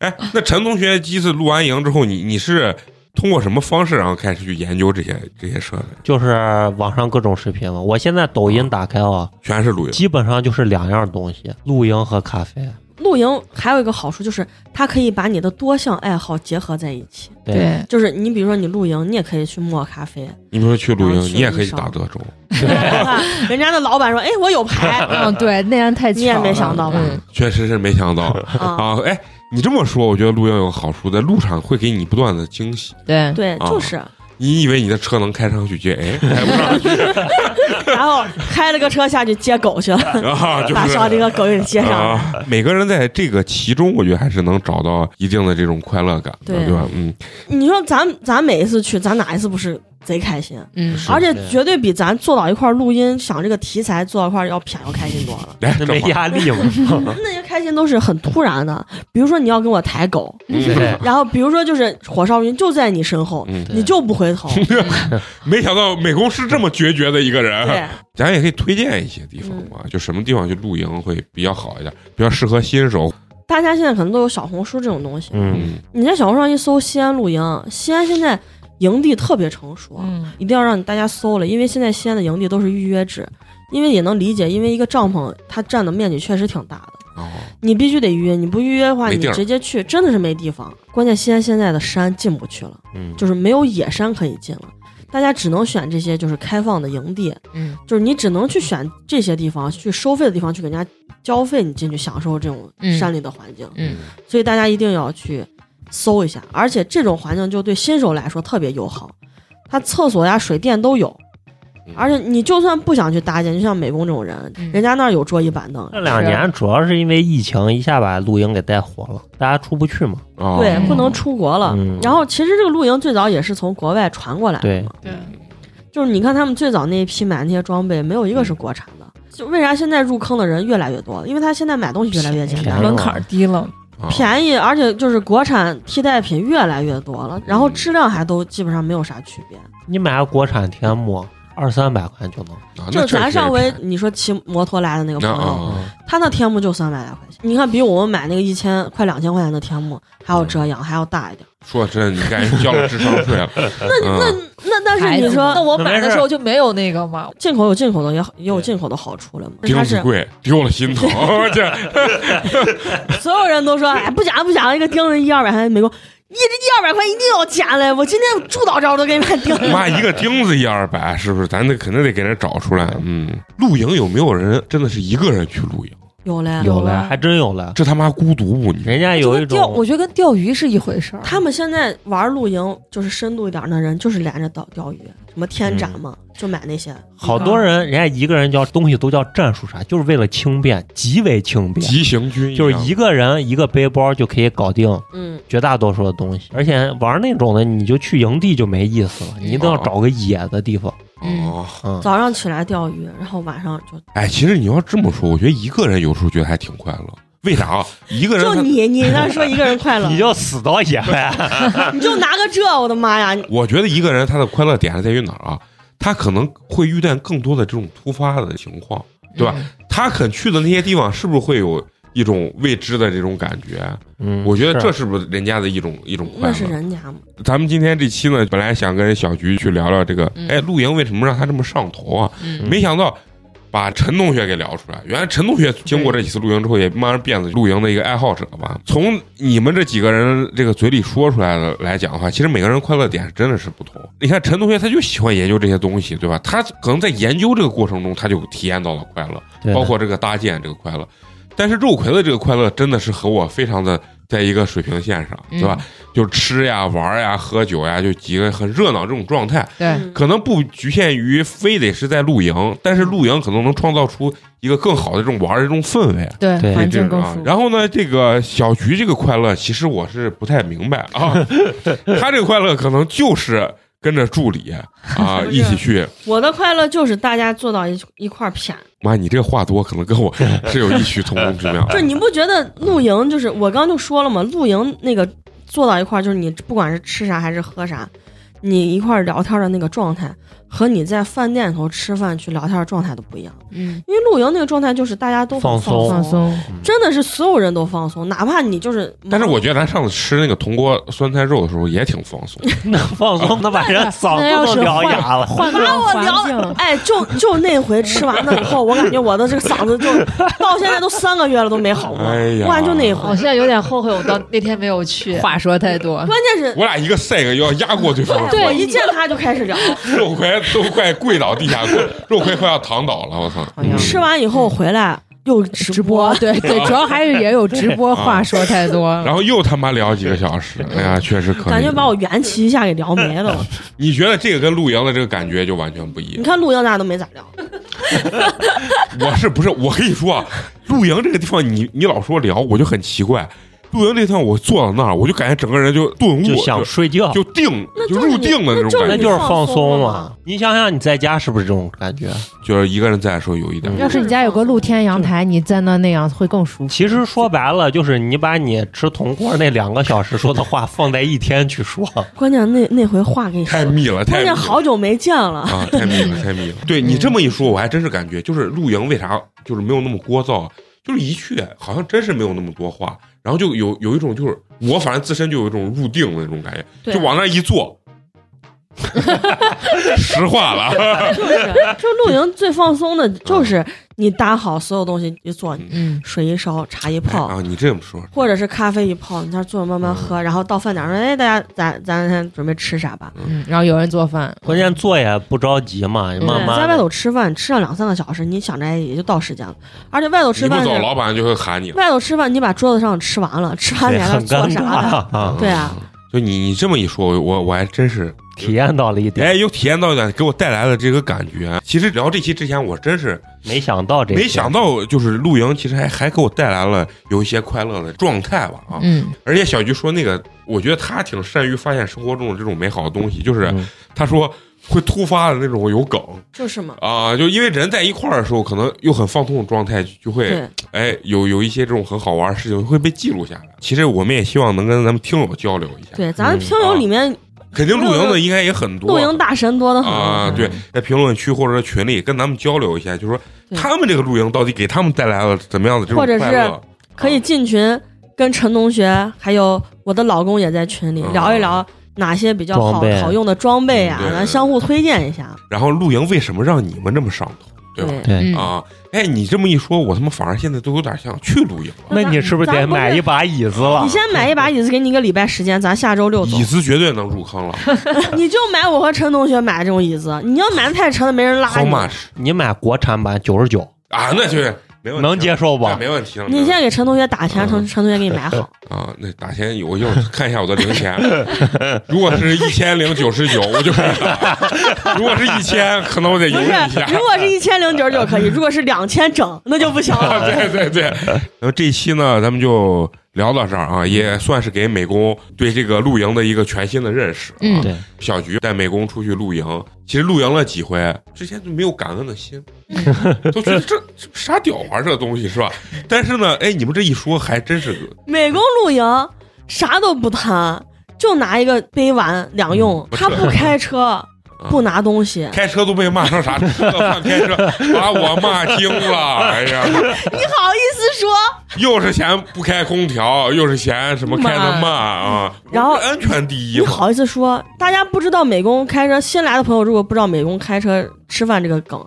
Speaker 1: 哎，那陈同学第一次露完营之后，你你是通过什么方式，然后开始去研究这些这些设备？
Speaker 4: (laughs) 就是网上各种视频嘛。我现在抖音打开啊，
Speaker 1: 全是露营。
Speaker 4: 基本上就是两样东西：露营和咖啡。
Speaker 2: (laughs) 露营还有一个好处就是，它可以把你的多项爱好结合在一起。
Speaker 4: 对，
Speaker 5: 对，
Speaker 2: 就是你比如说你露营，你也可以去磨
Speaker 4: (laughs)
Speaker 2: 咖啡，
Speaker 1: 你比如说去露营，
Speaker 2: 然后去
Speaker 1: 你也可以
Speaker 2: 地
Speaker 1: 打
Speaker 2: 上
Speaker 1: 德州，
Speaker 2: (laughs) 人家的老板说：“哎，我有牌。
Speaker 3: 嗯，对，那样太巧了，
Speaker 2: 你也没想到吧
Speaker 3: 嗯
Speaker 1: 确实是没想
Speaker 2: (laughs)
Speaker 1: 到
Speaker 2: 啊
Speaker 1: 啊！哎，你这么说，我觉得露营有个好处，在路上会给你不断的惊喜。
Speaker 3: 对”，
Speaker 2: 对，
Speaker 4: 哦
Speaker 1: 啊
Speaker 2: 就是。
Speaker 1: 你以为你的车能开上去，结
Speaker 2: (laughs)
Speaker 1: 哎，开不上去
Speaker 2: 然后开了个车下去接狗去了， (laughs)
Speaker 1: 啊，就
Speaker 2: 把
Speaker 1: 是
Speaker 2: 上那个狗给接上了。
Speaker 1: 啊，每个人在这个其中，我觉得还是能找到一定的这种快乐感的，
Speaker 2: 对
Speaker 1: 对吧？嗯，。
Speaker 2: 你说咱咱每一次去，咱哪一次不是贼开心？啊
Speaker 3: 嗯，
Speaker 4: 是
Speaker 2: 而且
Speaker 4: 对
Speaker 2: 绝对比咱坐到一块儿录音，想这个题材坐到一块儿要偏要开心多了
Speaker 1: 来，
Speaker 4: 那
Speaker 1: 正
Speaker 4: 没
Speaker 1: 好
Speaker 4: 压
Speaker 2: (laughs)
Speaker 4: 力嘛。
Speaker 2: 那些开心都是很突然的，比如说你要跟我抬
Speaker 1: (laughs)
Speaker 2: 狗，
Speaker 4: 对，
Speaker 2: 然后比如说就是火烧云就在你身后，
Speaker 1: 嗯，
Speaker 4: 对
Speaker 2: 你就
Speaker 1: (laughs)
Speaker 2: 不回头。
Speaker 1: 没想到美工是这么决绝的一个人。
Speaker 2: 对，嗯
Speaker 1: 咱也可以推荐一些地方嘛，就什么地方去露营会比较好一点，比较适合新手。
Speaker 2: 大家现在可能都有小红书这种东西，
Speaker 4: 嗯，
Speaker 1: 嗯，
Speaker 2: 你在小红书上一搜西安露营，西安现在营地特别成熟，啊
Speaker 5: 嗯，
Speaker 2: 一定要让大家搜了，因为现在西安的营地都是预约制，因为也能理解，因为一个帐篷它占的面积确实挺大的，
Speaker 1: 哦，
Speaker 2: 你必须得预约，你不预约的话，
Speaker 1: 没
Speaker 2: 你
Speaker 1: 地儿
Speaker 2: 直接去真的是没地方。关键西安现在的山进不去了，
Speaker 4: 嗯
Speaker 2: 就是没有野山可以进了。大家只能选这些就是开放的营地，
Speaker 3: 嗯，
Speaker 2: 就是你只能去选这些地方，去收费的地方去给人家交费，你进去享受这种
Speaker 3: 嗯
Speaker 2: 山里的环境。
Speaker 3: 嗯，
Speaker 2: 所以大家一定要去搜一下，而且这种环境就对新手来说特别友好，它厕所呀、水电都有，
Speaker 1: 嗯
Speaker 2: 而且你就算不想去搭建，就像美工这种人，
Speaker 3: 嗯
Speaker 2: 人家那儿有桌椅板凳，
Speaker 4: 这两
Speaker 3: 是
Speaker 4: 年主要是因为疫情，一下把露营给带火了，大家出不去嘛。
Speaker 1: 哦
Speaker 2: 对，
Speaker 5: 嗯
Speaker 2: 不能出国了。
Speaker 4: 嗯
Speaker 2: 然后其实这个露营最早也是从国外传过来的，
Speaker 4: 对，
Speaker 5: 对，
Speaker 1: 啊
Speaker 2: 就是你看他们最早那一批买那些装备，没有一个是国产的。就为啥现在入坑的人越来越多？因为他现在买东西越来越简单
Speaker 4: 便宜
Speaker 2: 了，
Speaker 5: 门槛儿低了，
Speaker 1: 啊
Speaker 2: 便宜，而且就是国产替代品越来越多了，然后质量还都基本上没有啥区别。
Speaker 4: 你买个国产天幕，二三百块就能。
Speaker 1: 啊那
Speaker 2: 就是
Speaker 1: 确
Speaker 2: 咱
Speaker 1: 实
Speaker 2: 上回
Speaker 1: 便宜
Speaker 2: 你说骑摩托来的那个朋
Speaker 1: 那
Speaker 4: 嗯
Speaker 2: 友，
Speaker 1: 啊，
Speaker 2: 他那天幕就三百来块钱，你看比我们买那个一千快两千块钱的天幕还要遮阳，还要大一点。
Speaker 1: 说真，你感觉交了智商税
Speaker 2: (laughs)
Speaker 1: 了。嗯
Speaker 2: 那
Speaker 1: 那
Speaker 2: 那但是
Speaker 3: 孩子
Speaker 2: 你
Speaker 5: 那
Speaker 2: 说
Speaker 5: 我买的时候就没有那个嘛，
Speaker 2: 进口有进口的也好，也有进口的好处了嘛。
Speaker 1: 钉
Speaker 2: 他
Speaker 1: 子
Speaker 2: 是
Speaker 1: 贵，丢了
Speaker 2: (laughs)
Speaker 1: 心疼。 (laughs) 这
Speaker 2: 所有人都说，哎，不假不假，一个钉子一二百块钱美国，一这一二百块一定要捡嘞！我今天住到这儿我都给你买钉子。
Speaker 1: 妈一个钉子一二百，是不是？咱得肯定得给人找出来。嗯，露营有没有人真的是一个人去露营？
Speaker 2: 有嘞，
Speaker 5: 有
Speaker 4: 嘞，
Speaker 5: 啊
Speaker 4: 还真有嘞。
Speaker 1: 这他妈孤独不？你
Speaker 4: 人家
Speaker 5: 就
Speaker 4: 有一
Speaker 5: 跟钓，
Speaker 4: 种
Speaker 5: 我觉得跟钓鱼是一回事儿。
Speaker 2: 他们现在玩露营就是深度一点的人，就是连着钓钓鱼，什么天斩嘛，就买那些。
Speaker 4: 好多人，人家一个人叫东西都叫战术啥，就是为了轻便，极为轻便，
Speaker 1: 急行军
Speaker 4: 就是
Speaker 1: 样
Speaker 4: 一个人一个背包就可以搞定
Speaker 2: 嗯，
Speaker 4: 绝大多数的东西。而且玩那种的，你就去营地就没意思了，你一定要找个野的地方。
Speaker 1: 哦。
Speaker 4: 嗯，
Speaker 2: 早上起来钓鱼，然后晚上就
Speaker 1: (laughs) 哎，其实你要这么说，我觉得一个人有时候觉得还挺快乐。为啥啊？一个人
Speaker 2: 就
Speaker 1: 他
Speaker 2: 你，你那说一个人快
Speaker 4: (laughs)
Speaker 2: 乐，
Speaker 4: 你就死到野外，
Speaker 2: 你就拿个这，我的妈呀！
Speaker 1: 我觉得一个人他的快乐点是在于哪儿啊？他可能会遇见更多的这种突发的情况，对吧？
Speaker 2: 嗯
Speaker 1: 他肯去的那些地方，是不是会有一种未知的这种感觉？
Speaker 4: 嗯，
Speaker 1: 我觉得
Speaker 4: 是
Speaker 1: 这是不是人家的一种一种快
Speaker 2: 那是
Speaker 1: 乐？
Speaker 2: 人家嘛，
Speaker 1: 咱们今天这期呢，本来想跟小菊去聊聊这个，
Speaker 3: 嗯
Speaker 1: 哎，露营为什么让他这么上头啊？
Speaker 3: 嗯
Speaker 1: 没想到把陈同学给聊出来。原来陈同学经过这几次露营之后，也慢慢变得露营的一个爱好者吧。从你们这几个人这个嘴里说出来的来讲的话，其实每个人快乐点真的是不同。你看陈同学他就喜欢研究这些东西，对吧？他可能在研究这个过程中，他就体验到了快乐，
Speaker 4: 对的
Speaker 1: 包括这个搭建这个快乐。但是肉葵的这个快乐真的是和我非常的在一个水平线上，对吧？就吃呀、玩呀、喝酒呀，就几个很热闹这种状态。
Speaker 3: 对，
Speaker 2: 嗯
Speaker 1: 哎可能不局限于非得是在露营，但是露营可能能创造出一个更好的这种玩儿的这种氛围。
Speaker 3: 对，
Speaker 4: (laughs) 对
Speaker 3: 环
Speaker 1: 这
Speaker 3: 境
Speaker 1: 种
Speaker 3: 更
Speaker 1: 啊
Speaker 3: 舒，服。
Speaker 1: 然后呢，这个小菊这个快乐，其实我是不太明白啊，他这个快乐可能就是跟着助理啊
Speaker 2: 不是
Speaker 1: 一起去。
Speaker 2: 我的快乐就是大家坐到一一块儿谝，
Speaker 1: 妈，你这个话多，可能跟我是有异曲同工之妙。
Speaker 2: 就是你不觉得露营就是我刚就说了嘛，露营那个坐到一块儿，就是你不管是吃啥还是喝啥，你一块儿聊天的那个状态，和你在饭店里头吃饭去聊天的状态都不一样。
Speaker 3: 嗯，
Speaker 2: 因为露营那个状态就是大家都很
Speaker 4: 放松
Speaker 2: 放
Speaker 3: 放
Speaker 2: 松，
Speaker 3: 松，
Speaker 2: 真的是所有人都放松，哪怕你就是，
Speaker 1: 但
Speaker 2: (laughs)
Speaker 1: 是我觉得咱上次吃那个铜锅酸菜肉的时候也挺放松，
Speaker 4: 那放
Speaker 2: 哎
Speaker 4: 松的把人嗓
Speaker 3: 那要
Speaker 4: 子
Speaker 3: 是
Speaker 4: 都聊
Speaker 3: 换
Speaker 4: 哑 (laughs) 了。
Speaker 3: 换
Speaker 2: 把
Speaker 3: 个
Speaker 2: 我
Speaker 3: 环
Speaker 2: 聊
Speaker 3: 境，，
Speaker 2: 哎，就就那回吃完了以后，我感觉我的这个嗓子就到现在都三个月了都没好
Speaker 1: (laughs)
Speaker 2: 过，
Speaker 1: 哎
Speaker 2: (laughs)
Speaker 1: 呀
Speaker 2: 我感觉就那一回
Speaker 5: 我，哦现在有点后悔，我到那天没有去。
Speaker 3: 话说太
Speaker 5: (laughs)
Speaker 3: 多，
Speaker 2: 关键是
Speaker 1: 我俩一个赛一个腰压过对方。
Speaker 5: 对
Speaker 2: 我一见他就开始聊，
Speaker 1: (laughs) 肉葵都快跪倒地下，肉葵快要躺倒了，我操！
Speaker 3: 好像
Speaker 2: 吃完以后回来又直
Speaker 3: 直
Speaker 1: 嗯
Speaker 3: 播，对
Speaker 1: (laughs)
Speaker 3: 对，主要还是也有直播，话说太多了。
Speaker 1: 然后又他妈聊几个小时，哎呀，确实可以。
Speaker 2: 感觉把我元气一下给聊没了。
Speaker 1: 你觉得这个跟露营的这个感觉就完全不一
Speaker 2: 你
Speaker 1: 样。
Speaker 2: 看露营大家都没咋聊，
Speaker 1: 我是不是？我跟你说啊，露营这个地方你，你老说聊，我就很奇怪。露营这地方，我坐到那儿，我就感觉整个人就顿悟，
Speaker 4: 就
Speaker 1: 就
Speaker 4: 想睡觉，
Speaker 1: 就定
Speaker 2: 那
Speaker 1: 就
Speaker 2: 就是
Speaker 1: 入
Speaker 2: 你
Speaker 1: 定的种
Speaker 2: 那
Speaker 1: 感
Speaker 4: 那
Speaker 1: 觉，
Speaker 4: 就是放
Speaker 2: 放松
Speaker 4: 松
Speaker 2: 嘛
Speaker 4: 嘛。你想想你在家是不是这种感觉？
Speaker 1: 就是一个人在的时候有一点
Speaker 4: 嗯
Speaker 3: 要是你家有个露天阳台，你在那那样会更舒服。
Speaker 4: 其实说白了，就是你把你吃铜锅那两个小时说的话放在一天去说，
Speaker 2: 关键那那回话跟你说
Speaker 1: 太，密了，太
Speaker 2: 关
Speaker 1: 密
Speaker 2: 键
Speaker 1: 了
Speaker 2: 好久没见了，
Speaker 1: 啊，太密了，太密了。对
Speaker 2: 嗯
Speaker 1: 你这么一说，我还真是感觉，就是露营为啥就是没有那么聒噪啊，就是一去好像真是没有那么多话，然后就有有一种就是我反正自身就有一种入定的那种感觉，
Speaker 2: 对
Speaker 1: 就往那一
Speaker 2: (laughs)
Speaker 1: 坐，实话了，
Speaker 2: 就是就露营最放松
Speaker 1: 嗯
Speaker 2: 的就是你搭好所有东西一坐，
Speaker 3: 嗯，
Speaker 2: 水一烧，茶一泡，
Speaker 1: 啊，你这么说，
Speaker 2: 或者是咖啡一泡，你在那儿坐着慢慢
Speaker 1: 嗯
Speaker 2: 喝，然后到饭点儿说，哎，大家咱咱先准备吃啥吧。
Speaker 3: 嗯，然后有人做饭，
Speaker 4: 关键做也不着急嘛，你
Speaker 3: 嗯
Speaker 4: 慢
Speaker 2: 对在
Speaker 4: 慢
Speaker 2: 外
Speaker 4: 地
Speaker 2: 头吃饭，吃上两三个小时，你想着哎也就到时间了。而且外头
Speaker 1: 你
Speaker 2: 吃
Speaker 1: 不
Speaker 2: 饭
Speaker 1: 走，
Speaker 2: 是，
Speaker 1: 老板就会喊你了。
Speaker 2: 外头吃饭你把桌子上吃完了，吃完
Speaker 4: 对
Speaker 2: 你还在那儿
Speaker 4: 很
Speaker 2: 做
Speaker 4: 尴尬
Speaker 2: 啥
Speaker 4: (laughs)
Speaker 2: 呢？
Speaker 4: 啊，
Speaker 2: 对啊，
Speaker 1: 就你你这么一说，我我我还真是
Speaker 4: 体验到了一点
Speaker 1: 哎，，又体验到一点给我带来的这个感觉。啊其实聊这期之前，我真是
Speaker 4: 没想到这一
Speaker 1: 没
Speaker 4: 点，
Speaker 1: 想到，就是露营其实还还给我带来了有一些快乐的状态吧啊。
Speaker 3: 嗯，
Speaker 1: 而且小菊说那个，我觉得他挺善于发现生活中的这种美好的东西，就是
Speaker 4: 嗯
Speaker 1: 他说会突发的那种有梗
Speaker 2: 就是嘛，
Speaker 1: 啊、就因为人在一块儿的时候，可能又很放松的状态，就会
Speaker 2: 对，
Speaker 1: 哎有有一些这种很好玩的事情会被记录下来。其实我们也希望能跟咱们听友交流一下，
Speaker 2: 对，咱们
Speaker 4: 嗯
Speaker 2: 听友里面
Speaker 1: 肯定露营的应该也很多
Speaker 2: 露营大神多得很。嗯
Speaker 1: 啊，对，在评论区或者群里跟咱们交流一下，就说
Speaker 2: 对
Speaker 1: 他们这个露营到底给他们带来了怎么样的这种
Speaker 2: 或者是
Speaker 1: 快乐。
Speaker 2: 可以进群，跟陈同学还有我的老公也在群里
Speaker 1: 嗯
Speaker 2: 聊一聊哪些比较好
Speaker 4: 装备
Speaker 2: 好用的装备啊
Speaker 1: 嗯对，
Speaker 2: 咱相互推荐一下。
Speaker 1: 然后露营为什么让你们这么上头，对吧？
Speaker 4: 对。
Speaker 3: 嗯
Speaker 1: 啊，哎，你这么一说，我他妈反而现在都有点想去露营了。
Speaker 4: 那你是不是
Speaker 2: 咱
Speaker 4: 得
Speaker 2: 不是
Speaker 4: 买一把椅子了
Speaker 2: 你？先买一把椅子，给你一个礼拜时间，咱下周六走
Speaker 1: 椅。子绝对能入坑
Speaker 2: (laughs)
Speaker 1: 了
Speaker 2: 你就买我和陈同学买这种椅子，你要买的太沉了，没人拉
Speaker 1: ，How
Speaker 2: 你。
Speaker 1: much
Speaker 4: 你买国产版九十九，
Speaker 1: 啊？那就是没问题了，
Speaker 4: 能接受
Speaker 1: 哎
Speaker 4: 吧？
Speaker 1: 没问题了。
Speaker 2: 你现在给陈同学打钱，
Speaker 1: 嗯
Speaker 2: 陈陈同学给你买好。
Speaker 1: 啊，那打钱有用，看一下我的零钱。 (laughs) 如果是一千零九十九，我就可以打； (laughs) 如果是一千，可能我得
Speaker 2: 不
Speaker 1: 犹豫
Speaker 2: 是
Speaker 1: 一下，。
Speaker 2: 如果是一千零九十九可以，如果是两千整，那就不行了。
Speaker 1: (laughs) 对对对，然后这一期呢，咱们就聊到这儿啊，也算是给美工对这个露营的一个全新的认识啊。
Speaker 3: 嗯
Speaker 4: 对，
Speaker 1: 小菊带美工出去露营，其实露营了几回，之前就没有感恩的
Speaker 4: (laughs)
Speaker 1: 心，都觉得这这啥屌玩意儿这东西是吧？但是呢，哎，你们这一说还真是个
Speaker 2: 美工露营啥都不贪，就拿一个杯碗两用，
Speaker 4: 嗯
Speaker 1: 不
Speaker 2: 他不开车，不拿东西，
Speaker 1: 啊开车都被骂成啥车饭偏
Speaker 2: (laughs)
Speaker 1: 车，把我骂惊了。哎呀，
Speaker 2: 你好意思说？
Speaker 1: 又是嫌不开空调，又是嫌什么开的慢啊，
Speaker 2: 然后
Speaker 1: 安全第一
Speaker 2: 你
Speaker 1: 嘛。
Speaker 2: 好意思说？大家不知道美工开车，新来的朋友如果不知道美工开车吃饭这个梗，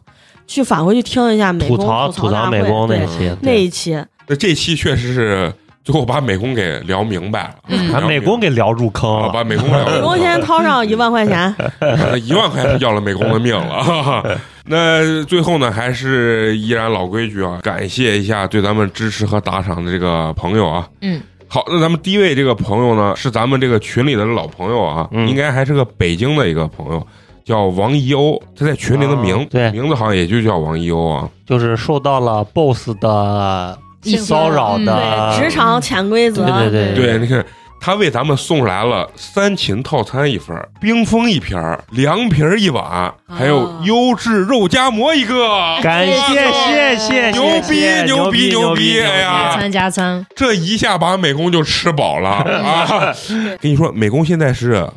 Speaker 2: 去返回去听一下美
Speaker 4: 吐
Speaker 2: 工
Speaker 4: 槽
Speaker 2: 吐
Speaker 4: 吐
Speaker 2: 大
Speaker 4: 槽
Speaker 2: 会
Speaker 4: 美工那
Speaker 2: 对
Speaker 4: 期，
Speaker 2: 那
Speaker 4: 对
Speaker 2: 一期，
Speaker 1: 那这期确实是最后把美工给聊明白嗯了，
Speaker 4: 嗯把
Speaker 1: 聊
Speaker 4: 美
Speaker 1: 明
Speaker 4: 工给聊入坑
Speaker 1: 啊，
Speaker 4: 了。
Speaker 1: 把美工聊
Speaker 2: 美
Speaker 1: 明
Speaker 2: 工
Speaker 1: 白
Speaker 2: 先
Speaker 1: 了，
Speaker 2: 掏上一万
Speaker 4: (laughs)
Speaker 2: 块钱，
Speaker 1: 那一万块是要了美工的命了。 (laughs) 那最后呢，还是依然老规矩啊，感谢一下对咱们支持和打赏的这个朋友啊。
Speaker 3: 嗯，
Speaker 1: 好，那咱们第一位这个朋友呢，是咱们这个群里的老朋友啊，
Speaker 4: 嗯
Speaker 1: 应该还是个北京的一个朋友，叫王一欧，他在群里的名、
Speaker 4: 啊对
Speaker 1: 名字好像也就叫王一欧啊。
Speaker 4: 就是受到了 boss 的
Speaker 5: 性
Speaker 4: 骚扰
Speaker 5: 嗯
Speaker 4: 的，
Speaker 2: 职场潜规则，
Speaker 4: 啊对对
Speaker 1: 对，你看他为咱们送来了三秦套餐一份儿，冰峰一瓶儿，凉皮儿一碗，还有
Speaker 2: 啊
Speaker 1: 优质肉夹馍一个。
Speaker 4: 感谢
Speaker 3: 谢
Speaker 4: 谢
Speaker 3: 谢
Speaker 4: 谢，
Speaker 1: 牛逼
Speaker 4: 谢谢
Speaker 1: 牛逼牛
Speaker 4: 牛
Speaker 1: 逼哎呀
Speaker 3: 餐加餐，
Speaker 1: 这一下把美工就吃饱了啊！跟你说，美工现在是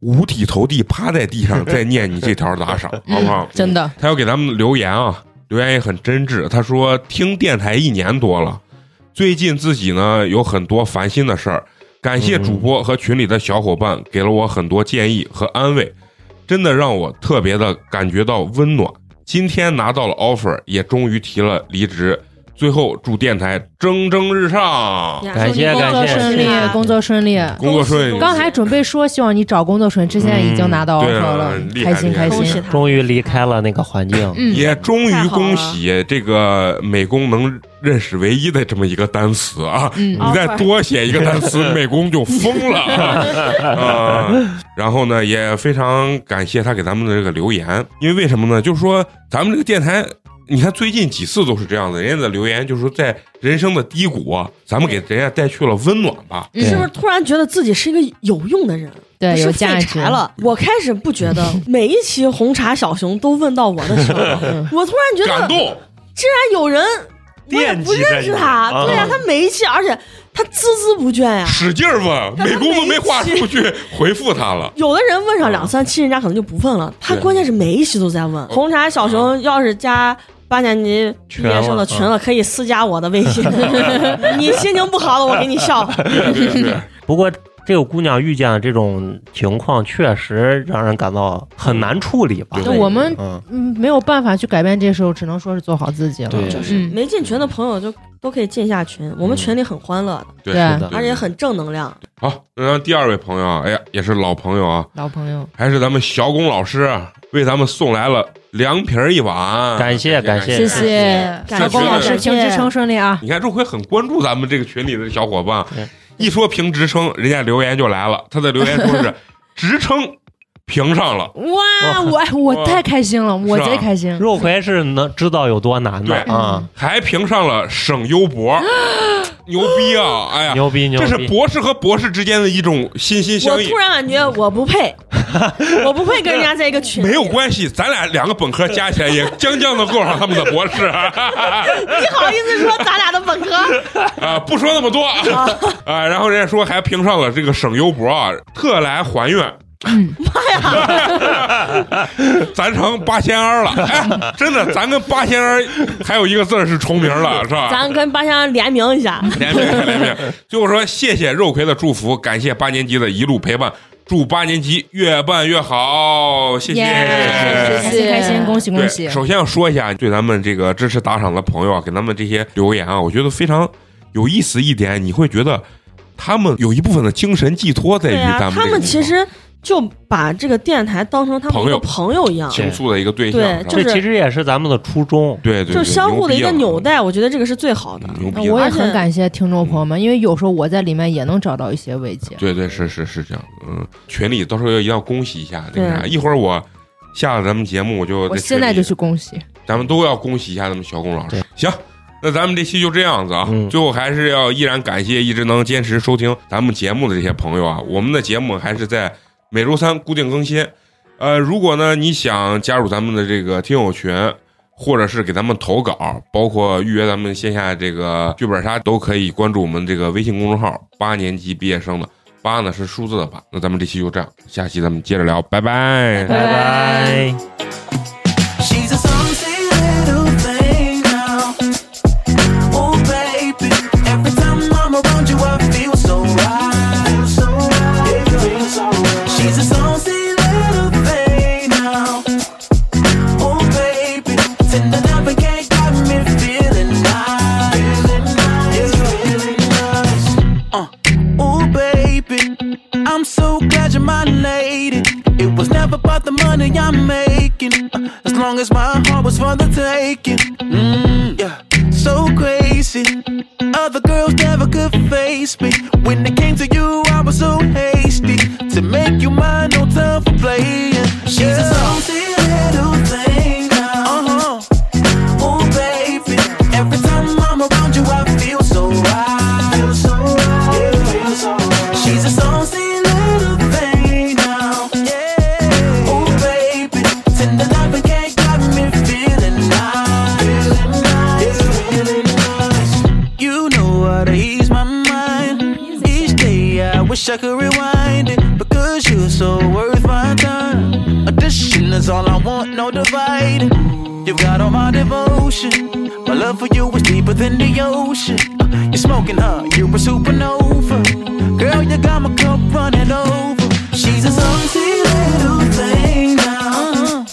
Speaker 1: 五体投地趴在地
Speaker 3: (laughs)
Speaker 1: 上在念你这条打赏，好不好？
Speaker 3: 嗯真的，
Speaker 1: 他要给咱们留言啊，留言也很真挚。他说听电台一年多了，最近自己呢有很多烦心的事儿，感谢主播和群里的小伙伴给了我很多建议和安慰，真的让我特别的感觉到温暖。今天拿到了 offer，也终于提了离职。最后祝电台蒸蒸日上，
Speaker 2: 呀
Speaker 4: 感谢
Speaker 3: 工
Speaker 2: 祝你
Speaker 3: 作
Speaker 2: 工
Speaker 4: 感谢
Speaker 2: 作
Speaker 3: 顺
Speaker 2: 顺
Speaker 3: 利
Speaker 2: 利啊
Speaker 4: 谢，
Speaker 2: 工
Speaker 3: 工作顺利。
Speaker 1: 工作顺利。
Speaker 3: 刚还准备说希望你找工作顺利，之前已经拿到
Speaker 1: 嗯
Speaker 3: offer
Speaker 1: 对啊
Speaker 3: 了，
Speaker 1: 厉害
Speaker 3: 开心
Speaker 1: 厉害
Speaker 3: 开
Speaker 2: 恭喜
Speaker 3: 心。
Speaker 2: 他，
Speaker 4: 终于离开了那个环境。
Speaker 3: 嗯
Speaker 1: 也终于恭喜这个美工能认识唯一的这么一个单词啊！
Speaker 3: 嗯
Speaker 1: 你再多写一个单词，
Speaker 4: (laughs)
Speaker 1: 美工就疯了啊、嗯然后呢，也非常感谢他给咱们的这个留言，因为为什么呢？就是说咱们这个电台。你看最近几次都是这样的，人家的留言就是说在人生的低谷啊，咱们给人家带去了温暖吧。
Speaker 3: 嗯
Speaker 2: 是不是突然觉得自己是一个有用的人？
Speaker 3: 对
Speaker 2: 不
Speaker 3: 有
Speaker 2: 是
Speaker 3: 价
Speaker 2: 废
Speaker 3: 值嗯
Speaker 2: 柴了。我开始不觉得每一期红茶小熊都问到我的时候，
Speaker 3: 嗯
Speaker 2: (laughs) 我突然觉
Speaker 1: 感
Speaker 2: 得，
Speaker 1: 动，
Speaker 2: 既然有人，我也
Speaker 4: 惦
Speaker 2: 不
Speaker 4: 记着
Speaker 2: 认识
Speaker 4: 你
Speaker 2: 他，
Speaker 4: 啊
Speaker 2: 对呀、他每一期，而且他孜孜不倦呀、
Speaker 1: 使劲儿问，美工都没话出去回复他了。
Speaker 2: 有的人问上两三期，人家可能就不问了。他
Speaker 1: 对
Speaker 2: 关键是每一期都在问。红茶小熊要是加八年级毕业生的群
Speaker 4: 群
Speaker 2: 了，可以私加我的微信。 (laughs) 你心情不好了，我给你笑。
Speaker 1: 对对对，
Speaker 4: 不过这个姑娘遇见的这种情况，确实让人感到很难处理吧？
Speaker 1: 对
Speaker 3: 我们
Speaker 4: 嗯，
Speaker 3: 嗯没有办法去改变这时候，只能说是做好自己了。
Speaker 4: 对
Speaker 2: 就是
Speaker 3: 嗯
Speaker 2: 没进群的朋友就都可以进一下群，我们群里很欢乐的，
Speaker 1: 对
Speaker 3: 对啊
Speaker 4: 是的
Speaker 2: 而且很正能量。
Speaker 1: 好，那咱第二位朋友啊，哎呀，也是老朋友啊，
Speaker 3: 老朋友，
Speaker 1: 还是咱们小龚老师啊为咱们送来了凉皮儿一碗，
Speaker 4: 感谢
Speaker 1: 嗯感
Speaker 4: 感谢
Speaker 3: 谢
Speaker 2: 谢
Speaker 3: 谢
Speaker 2: 感
Speaker 1: 谢
Speaker 3: 小龚老师，
Speaker 2: 感谢
Speaker 3: 请职称顺利啊！
Speaker 1: 你看，这回很关注咱们这个群里的小伙伴
Speaker 4: 对，
Speaker 1: 一说评职称，人家留言就来了，他的留言说
Speaker 4: (laughs)
Speaker 1: 是职称评上了，
Speaker 3: 哇，我哎我太开心了，我
Speaker 1: 是吧
Speaker 3: 贼开心。
Speaker 4: 肉葵是能知道有多难的
Speaker 1: 对
Speaker 4: 啊！
Speaker 1: 还评上了省优
Speaker 4: (laughs)
Speaker 1: 博，牛逼啊！哎呀，
Speaker 4: 牛逼牛
Speaker 1: 这是
Speaker 4: 逼！
Speaker 1: 博士和博士之间的一种心心
Speaker 2: 我
Speaker 1: 相印
Speaker 2: 突。然感觉我
Speaker 1: (laughs)
Speaker 2: 不配，我不配跟人家在一个群里。
Speaker 1: 没有关系，咱俩两个本科加起来也将将能够上他们的博士。
Speaker 2: 你好意思说咱俩的本
Speaker 1: (laughs)
Speaker 2: 科？
Speaker 1: 啊，不说那么多啊然后人家说还评上了这个省优博啊，特来还愿。
Speaker 5: 嗯
Speaker 1: 妈呀！ (laughs) 咱成八仙儿了，哎，真的，咱跟八仙儿还有一个字儿是重名了，是吧？
Speaker 2: 咱跟八仙联名一下，
Speaker 1: 联名联名。最后说谢谢肉葵的祝福，感谢八年级的一路陪伴，祝八年级越办越好，谢谢。
Speaker 5: 谢
Speaker 3: 开
Speaker 5: 谢
Speaker 3: 心开心，恭喜
Speaker 1: 对，
Speaker 3: 恭喜！
Speaker 1: 首先要说一下，对咱们这个支持打赏的朋友啊，给咱们这些留言啊，我觉得非常有意思一点，你会觉得他们有一部分的精神寄托在
Speaker 2: 对
Speaker 1: 于
Speaker 2: 呀、
Speaker 1: 咱们这个地方、
Speaker 2: 他们其实就把这个电台当成他们一个朋友一样，
Speaker 1: 倾诉的一个对象，
Speaker 2: 对
Speaker 1: 是吧
Speaker 2: 就是
Speaker 4: 这其实也是咱们的初衷。
Speaker 1: 对对，
Speaker 2: 就是相互的一个
Speaker 1: 牛
Speaker 2: 纽
Speaker 1: 逼啊
Speaker 2: 带，我觉得这个是最好的。
Speaker 1: 牛逼
Speaker 3: 我
Speaker 1: 啊！
Speaker 3: 也
Speaker 2: 而且
Speaker 3: 很感谢听众朋友们，因为有时候我在里面也能找到一些慰藉。
Speaker 1: 对对是是是这样，嗯，群里到时候一定要恭喜一下那个啥，
Speaker 2: 对
Speaker 1: 一会儿我下了咱们节目，我就
Speaker 3: 我
Speaker 1: 在群
Speaker 3: 现在
Speaker 1: 里
Speaker 3: 就去恭喜，
Speaker 1: 咱们都要恭喜一下咱们小龚老师
Speaker 4: 对。
Speaker 1: 行，那咱们这期就这样子啊。
Speaker 4: 嗯
Speaker 1: 最后还是要依然感谢一直能坚持收听咱们节目的这些朋友啊。我们的节目还是在每周三固定更新。呃，如果呢你想加入咱们的这个听友群，或者是给咱们投稿，包括预约咱们线下这个剧本杀，都可以关注我们这个微信公众号“八年级毕业生”的。八呢是数字的八。那咱们这期就这样，下期咱们接着聊，拜拜
Speaker 5: 拜
Speaker 4: 拜。
Speaker 6: She's a something little thing now. Oh baby, every time I'm around you, I feel so right. She's a something little thing now. Oh baby, tender navigate got me feeling nice. Uh, oh baby. I'm so glad you nominated. It was never about the money I'm making, uh, as long as my heart was for the taking. Mm, yeah, so crazy. Other girls never could face me. When it came to you, I was so hasty to make you mine. No time for playing. She's a salty little thing now. Uh-huh. Oh baby, every time I'm around you, I feel so right. She's a saucy little thing now. Yeah. Oh baby, tender navigate got me feeling nice. Feeling nice. You know how to ease my mind. Each day I wish I could rewind it because you're so worth my time. Addition is all I want, no dividing. You've got all my devotion. My love for you is deeper than the ocean. Uh, You're smoking, huh? You're a supernova. Girl, you got my cup running over. She's a salty little thing now.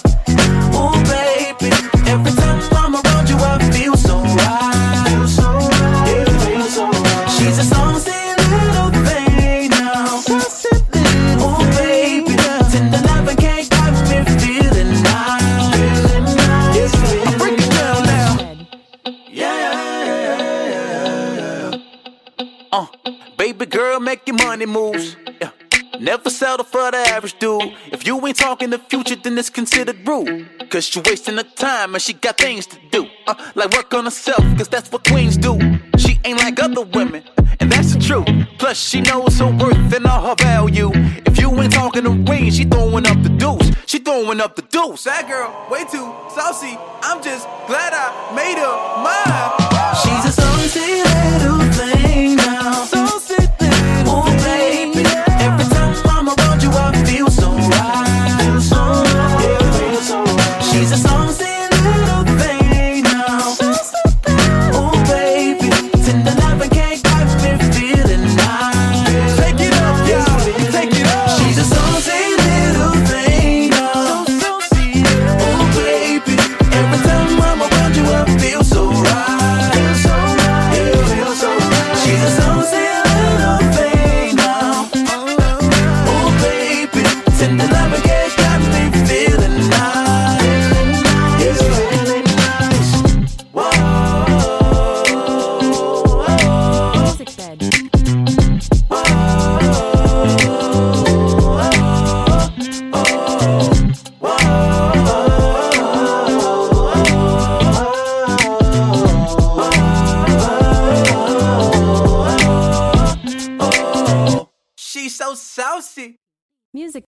Speaker 6: Oh baby, every time I'm around you, I feel so right. She's a saucy little thing now. Oh baby, tender loving can't got me feeling nice. I break it down now. Yeah. Uh, baby girl, make your money moves. Yeah. Never settle for the average dude. If you ain't talking the future, then it's considered rude. Cause you wasting her time and she got things to do. Uh, like work on herself, cause that's what queens do. She ain't like other women, and that's the truth. Plus, she knows her worth and all her value. If you ain't talking the ring, she throwing up the deuce. She throwing up the deuce. That girl, way too saucy. I'm just glad I made her. Oh, Oh, uh. Oh, uh. Oh,